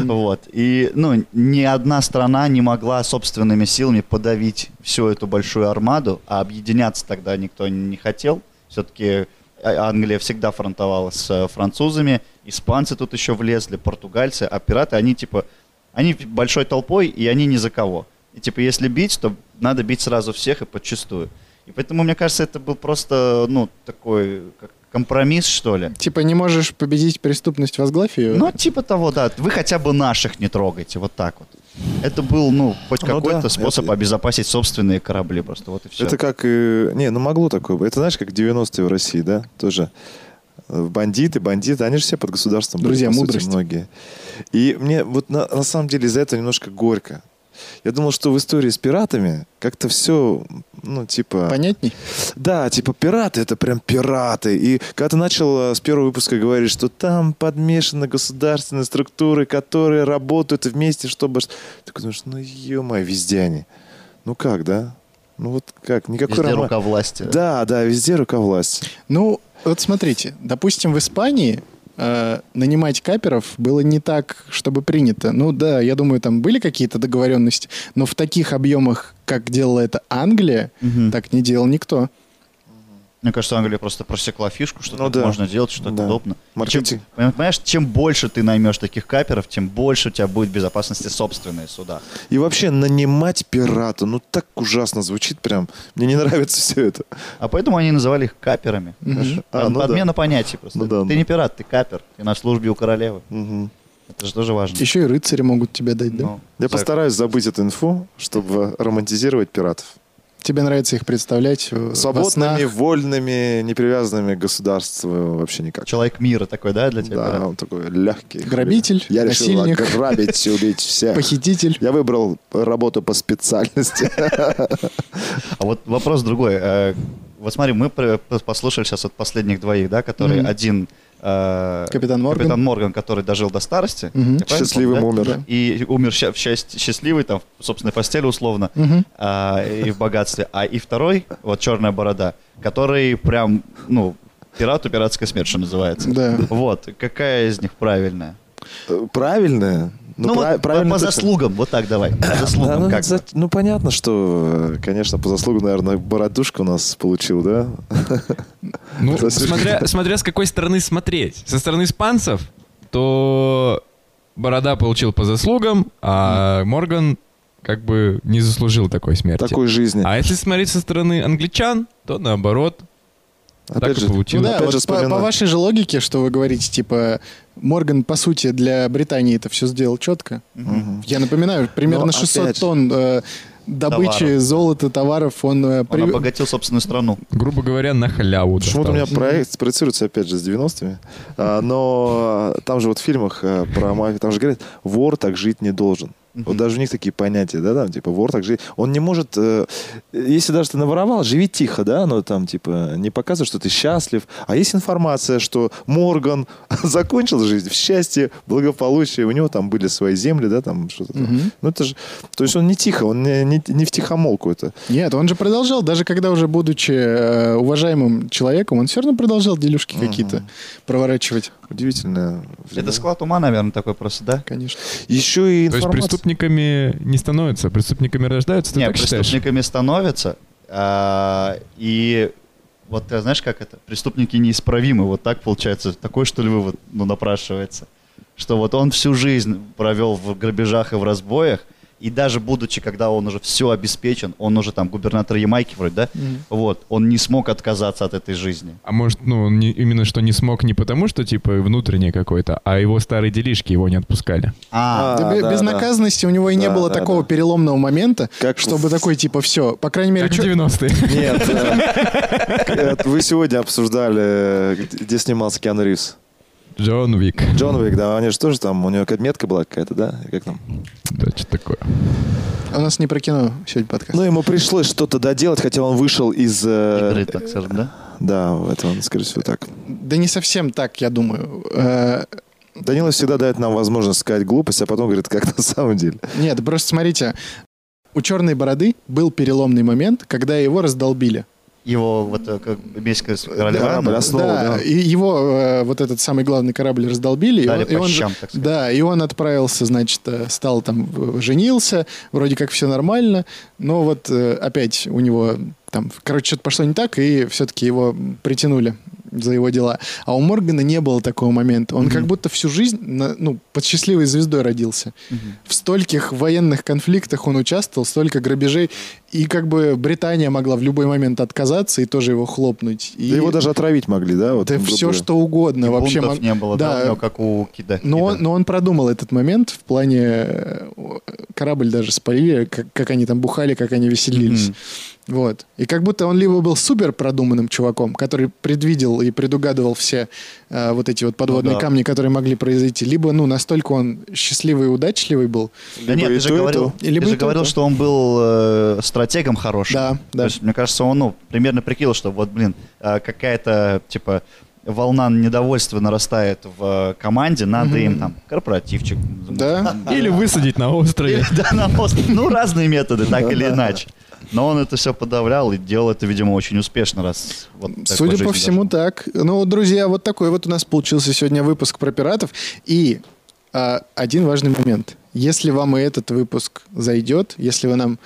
[SPEAKER 3] Вот. И, ну, ни одна страна не могла собственными силами подавить всю эту большую армаду, а объединяться тогда никто не хотел. Все-таки Англия всегда фронтовала с э, французами, испанцы тут еще влезли, португальцы, а пираты, они типа, они большой толпой, и они ни за кого. И типа, если бить, то надо бить сразу всех и подчистую. И поэтому, мне кажется, это был просто, ну, такой как компромисс, что ли.
[SPEAKER 1] Типа, не можешь победить преступность, возглавь ее.
[SPEAKER 3] Ну, типа того, да. Вы хотя бы наших не трогайте, вот так вот. Это был, ну, хоть
[SPEAKER 4] Ну
[SPEAKER 3] какой-то
[SPEAKER 4] да,
[SPEAKER 3] способ
[SPEAKER 4] это-
[SPEAKER 3] обезопасить собственные корабли просто, вот и все.
[SPEAKER 4] Это как... э, Не, ну могло такое быть. Это знаешь, как 90-е в России, да? Тоже. Э, Бандиты, бандиты, они же все под государством были,
[SPEAKER 1] Друзья
[SPEAKER 4] по сути,
[SPEAKER 1] мудрости.
[SPEAKER 4] многие. И мне вот на, на самом деле из-за этого немножко горько. Я думал, что в истории с пиратами как-то все, ну, типа...
[SPEAKER 1] Понятней?
[SPEAKER 4] Да, типа пираты это прям пираты. И когда ты начал э, с первого выпуска говорить, что там подмешаны государственные структуры, которые работают вместе, чтобы... ш- Ты думаешь, ну ё-моё, везде они. Ну как, да? Ну вот как, никакой
[SPEAKER 3] Везде
[SPEAKER 4] роман-
[SPEAKER 3] руковластие.
[SPEAKER 4] Да, да, везде руковласть.
[SPEAKER 1] Ну, вот смотрите, допустим, в Испании э, нанимать каперов было не так, чтобы принято. Ну да, я думаю, там были какие-то договоренности, но в таких объемах, как делала это Англия,
[SPEAKER 3] Мгм.
[SPEAKER 1] так не делал никто.
[SPEAKER 3] Мне кажется, Англия просто просекла фишку, что
[SPEAKER 4] Ну
[SPEAKER 3] так
[SPEAKER 4] да.
[SPEAKER 3] можно делать, что так
[SPEAKER 4] Да.
[SPEAKER 3] удобно. И
[SPEAKER 4] Маркетинг.
[SPEAKER 3] чем- поним- понимаешь, чем больше ты наймешь таких каперов, тем больше у тебя будет безопасности собственные суда.
[SPEAKER 4] И вообще нанимать пирата, ну так ужасно звучит прям. Мне не нравится все это.
[SPEAKER 3] А поэтому они называли их каперами.
[SPEAKER 1] Мгм.
[SPEAKER 4] А, ну да.
[SPEAKER 3] Подмена понятий просто.
[SPEAKER 4] Ну да,
[SPEAKER 3] ты
[SPEAKER 4] ну.
[SPEAKER 3] не пират, ты капер. Ты на службе у королевы.
[SPEAKER 4] Мгм.
[SPEAKER 3] Это же тоже важно.
[SPEAKER 1] Еще и рыцари могут тебе дать, да?
[SPEAKER 3] Ну,
[SPEAKER 4] Я
[SPEAKER 3] за-
[SPEAKER 4] постараюсь забыть эту инфу, чтобы романтизировать пиратов.
[SPEAKER 1] Тебе нравится их представлять э, во
[SPEAKER 4] Свободными,
[SPEAKER 1] снах?
[SPEAKER 4] вольными, непривязанными к государству вообще никак.
[SPEAKER 3] Человек мира такой, да, для тебя? пират?
[SPEAKER 4] Да, он такой легкий.
[SPEAKER 1] Грабитель,
[SPEAKER 4] Я решил
[SPEAKER 1] насильник.
[SPEAKER 4] ограбить, убить всех.
[SPEAKER 1] Похититель.
[SPEAKER 4] Я выбрал работу по специальности.
[SPEAKER 3] А вот вопрос другой. Э, Вот смотри, мы пр- пос- послушали сейчас от последних двоих, да, которые
[SPEAKER 1] Мгм.
[SPEAKER 3] один... э,
[SPEAKER 1] Капитан Морган.
[SPEAKER 3] Капитан Морган, который дожил до старости.
[SPEAKER 1] Мгм.
[SPEAKER 3] Я правильно
[SPEAKER 4] Счастливым
[SPEAKER 3] помню, да?
[SPEAKER 4] умер.
[SPEAKER 3] И умер ща- в счасть- счастливый, там, в собственной постели условно,
[SPEAKER 1] Мгм.
[SPEAKER 3] а, и в богатстве. А и второй, вот черная борода, который прям, ну, пирату пиратская смерть, что называется.
[SPEAKER 1] Да.
[SPEAKER 3] Вот, какая из них правильная?
[SPEAKER 4] Э, Правильно?
[SPEAKER 3] Ну, вот
[SPEAKER 4] пра-
[SPEAKER 3] по- по,
[SPEAKER 4] точно.
[SPEAKER 3] заслугам, вот так давай, по
[SPEAKER 4] Да,
[SPEAKER 3] заслугам
[SPEAKER 4] ну,
[SPEAKER 3] как бы.
[SPEAKER 4] за- ну, понятно, что, э, конечно, по заслугу, наверное, бородушка у нас получил, да?
[SPEAKER 2] Ну,
[SPEAKER 4] Это слишком-
[SPEAKER 2] смотря, смотря с какой стороны смотреть. Со стороны испанцев, то Борода получил по заслугам, а Морган как бы не заслужил такой смерти.
[SPEAKER 4] Такой жизни.
[SPEAKER 2] А если смотреть со стороны англичан, то наоборот. так
[SPEAKER 4] Опять
[SPEAKER 2] и
[SPEAKER 4] же,
[SPEAKER 1] Ну
[SPEAKER 2] получилось.
[SPEAKER 1] да,
[SPEAKER 4] опять
[SPEAKER 1] вот
[SPEAKER 4] же
[SPEAKER 1] по,
[SPEAKER 4] вспоминаю.
[SPEAKER 1] по вашей же логике, что вы говорите, типа, Морган, по сути, для Британии это все сделал четко.
[SPEAKER 4] Мгм.
[SPEAKER 1] Я напоминаю, примерно
[SPEAKER 4] Но
[SPEAKER 1] 600
[SPEAKER 4] опять-
[SPEAKER 1] тонн э, добычи
[SPEAKER 3] Товаров.
[SPEAKER 1] золота, товаров он, э,
[SPEAKER 3] Он
[SPEAKER 1] при-
[SPEAKER 3] обогатил собственную страну.
[SPEAKER 2] Грубо говоря, на халяву.
[SPEAKER 4] Почему-то у меня
[SPEAKER 2] досталось.
[SPEAKER 4] проект проецируется, опять же, с 90-ми. А, но там же вот в фильмах э, про мафию, там же говорят, вор так жить не должен. Вот даже у них такие понятия, да, там, типа, вор так жить. Он не может, э, если даже ты наворовал, живи тихо, да, но там, типа, не показывай, что ты счастлив. А есть информация, что Морган закончил жизнь в счастье, благополучии, у него там были свои земли, да, там что-то там.
[SPEAKER 1] Мгм.
[SPEAKER 4] Ну, это же, то есть он не тихо, он не, не, не в тихомолку это.
[SPEAKER 1] Нет, он же продолжал, даже когда уже будучи э, уважаемым человеком, он все равно продолжал делюшки какие-то проворачивать,
[SPEAKER 4] Удивительно.
[SPEAKER 3] Это склад ума, наверное, такой просто, да?
[SPEAKER 1] конечно.
[SPEAKER 4] Еще и
[SPEAKER 2] То есть
[SPEAKER 4] информация.
[SPEAKER 2] преступниками не становятся, преступниками рождаются, ты
[SPEAKER 3] Не,
[SPEAKER 2] так считаешь?
[SPEAKER 3] преступниками становятся. а, и вот ты знаешь, как это? Преступники неисправимы. Вот так получается. Такой, что ли, вывод ну, напрашивается. Что вот он всю жизнь провел в грабежах и в разбоях. И даже будучи, когда он уже все обеспечен, он уже там губернатор Ямайки вроде, да?
[SPEAKER 1] Мгм.
[SPEAKER 3] Вот, он не смог отказаться от этой жизни.
[SPEAKER 2] А может, ну, он не- именно что не смог не потому, что, типа, внутренний какой-то, а его старые делишки его не отпускали.
[SPEAKER 3] А,
[SPEAKER 4] А,
[SPEAKER 1] Да бе-
[SPEAKER 4] да,
[SPEAKER 1] безнаказанности у него и не
[SPEAKER 4] Да,
[SPEAKER 1] было
[SPEAKER 4] да,
[SPEAKER 1] такого
[SPEAKER 4] да.
[SPEAKER 1] переломного момента,
[SPEAKER 4] Как
[SPEAKER 1] чтобы
[SPEAKER 4] в-
[SPEAKER 1] такой типа все. По крайней мере,
[SPEAKER 2] Как в
[SPEAKER 1] чё-
[SPEAKER 2] 90-е.
[SPEAKER 4] Нет, э, э, вы сегодня обсуждали, э, где снимался Киану Ривз.
[SPEAKER 2] Джон Вик.
[SPEAKER 4] Джон Уик, да, они же тоже там, у него какая-то метка была какая-то, да? Как там?
[SPEAKER 2] Да, что такое.
[SPEAKER 1] У нас не про кино сегодня подкаст.
[SPEAKER 4] Ну, ему пришлось что-то доделать, хотя он вышел из...
[SPEAKER 1] А,
[SPEAKER 4] э,
[SPEAKER 3] Игры, так скажем, да?
[SPEAKER 4] Да, это он, скорее всего, так.
[SPEAKER 1] Да не совсем так, я думаю. Э,
[SPEAKER 4] Данила всегда дает нам возможность сказать глупость, а потом говорит, как на самом деле.
[SPEAKER 1] Нет, просто смотрите. У черной бороды был переломный момент, когда его раздолбили.
[SPEAKER 3] Его вот э, как бельская роль
[SPEAKER 4] Да,
[SPEAKER 3] Рана,
[SPEAKER 4] бля, с- Основу, да.
[SPEAKER 1] и его э, вот этот самый главный корабль раздолбили. и
[SPEAKER 3] Дали
[SPEAKER 1] он- и
[SPEAKER 3] по
[SPEAKER 1] он,
[SPEAKER 3] щам, так сказать.
[SPEAKER 1] да, и он отправился, значит, э, стал там, э, женился, вроде как все нормально, но вот э, опять у него там, короче, что-то пошло не так, и все-таки его притянули за его дела. А у Моргана не было такого момента. Он как будто всю жизнь, на- ну, под счастливой звездой родился. В стольких военных конфликтах он участвовал, столько грабежей, и как бы Британия могла в любой момент отказаться и тоже его хлопнуть. И...
[SPEAKER 4] Да Его даже отравить могли, да? Вот,
[SPEAKER 1] Да
[SPEAKER 4] грубо
[SPEAKER 1] все
[SPEAKER 4] говоря.
[SPEAKER 1] что угодно. Вообще,
[SPEAKER 3] Бунтов
[SPEAKER 1] мог-
[SPEAKER 3] не было, да, у него как у Кида.
[SPEAKER 1] но, он,
[SPEAKER 3] Кида.
[SPEAKER 1] но он продумал этот момент в плане... э, о, Корабль даже спалили, как, как они там бухали, как они веселились.
[SPEAKER 3] Мгм.
[SPEAKER 1] Вот. И как будто он либо был супер продуманным чуваком, который предвидел и предугадывал все э, вот эти вот подводные
[SPEAKER 3] Ну да.
[SPEAKER 1] камни, которые могли произойти, либо, ну, настолько он счастливый и удачливый был.
[SPEAKER 3] Да нет,
[SPEAKER 4] Либо и
[SPEAKER 3] ты же
[SPEAKER 4] то, и
[SPEAKER 3] говорил,
[SPEAKER 4] то.
[SPEAKER 1] И
[SPEAKER 3] ты
[SPEAKER 1] либо и
[SPEAKER 3] же
[SPEAKER 1] то, и
[SPEAKER 3] говорил,
[SPEAKER 1] то.
[SPEAKER 3] что он был э, стратегом хорошим.
[SPEAKER 1] Да,
[SPEAKER 3] То
[SPEAKER 1] да.
[SPEAKER 3] есть, мне кажется, он ну, примерно прикинул, что вот, блин, э, какая-то, типа, волна недовольства нарастает в э, команде, надо им там корпоративчик.
[SPEAKER 1] Да?
[SPEAKER 2] Или высадить на
[SPEAKER 3] Или,
[SPEAKER 2] острове.
[SPEAKER 3] да, на пост. Ну, разные методы, так или иначе. Но он это все подавлял и делал это, видимо, очень успешно, раз вот так вот
[SPEAKER 1] Судя
[SPEAKER 3] жизнь
[SPEAKER 1] по всему,
[SPEAKER 3] дошла.
[SPEAKER 1] так. Ну, друзья, вот такой вот у нас получился сегодня выпуск про пиратов. И а, один важный момент. Если вам и этот выпуск зайдет, если вы нам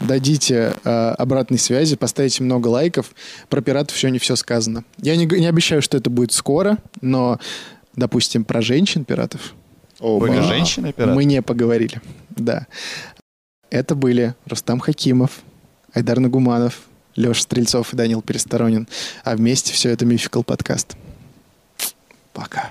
[SPEAKER 1] дадите а, обратной связи, поставите много лайков, про пиратов еще не все сказано. Я не, г- не обещаю, что это будет скоро, но, допустим, про женщин-пиратов
[SPEAKER 4] Опа.
[SPEAKER 3] Были женщины-пираты?
[SPEAKER 1] мы не поговорили. Да. Это были Рустам Хакимов, Айдар Нагуманов, Леша Стрельцов и Данил Пересторонин. А вместе все это Мификал подкаст. Пока.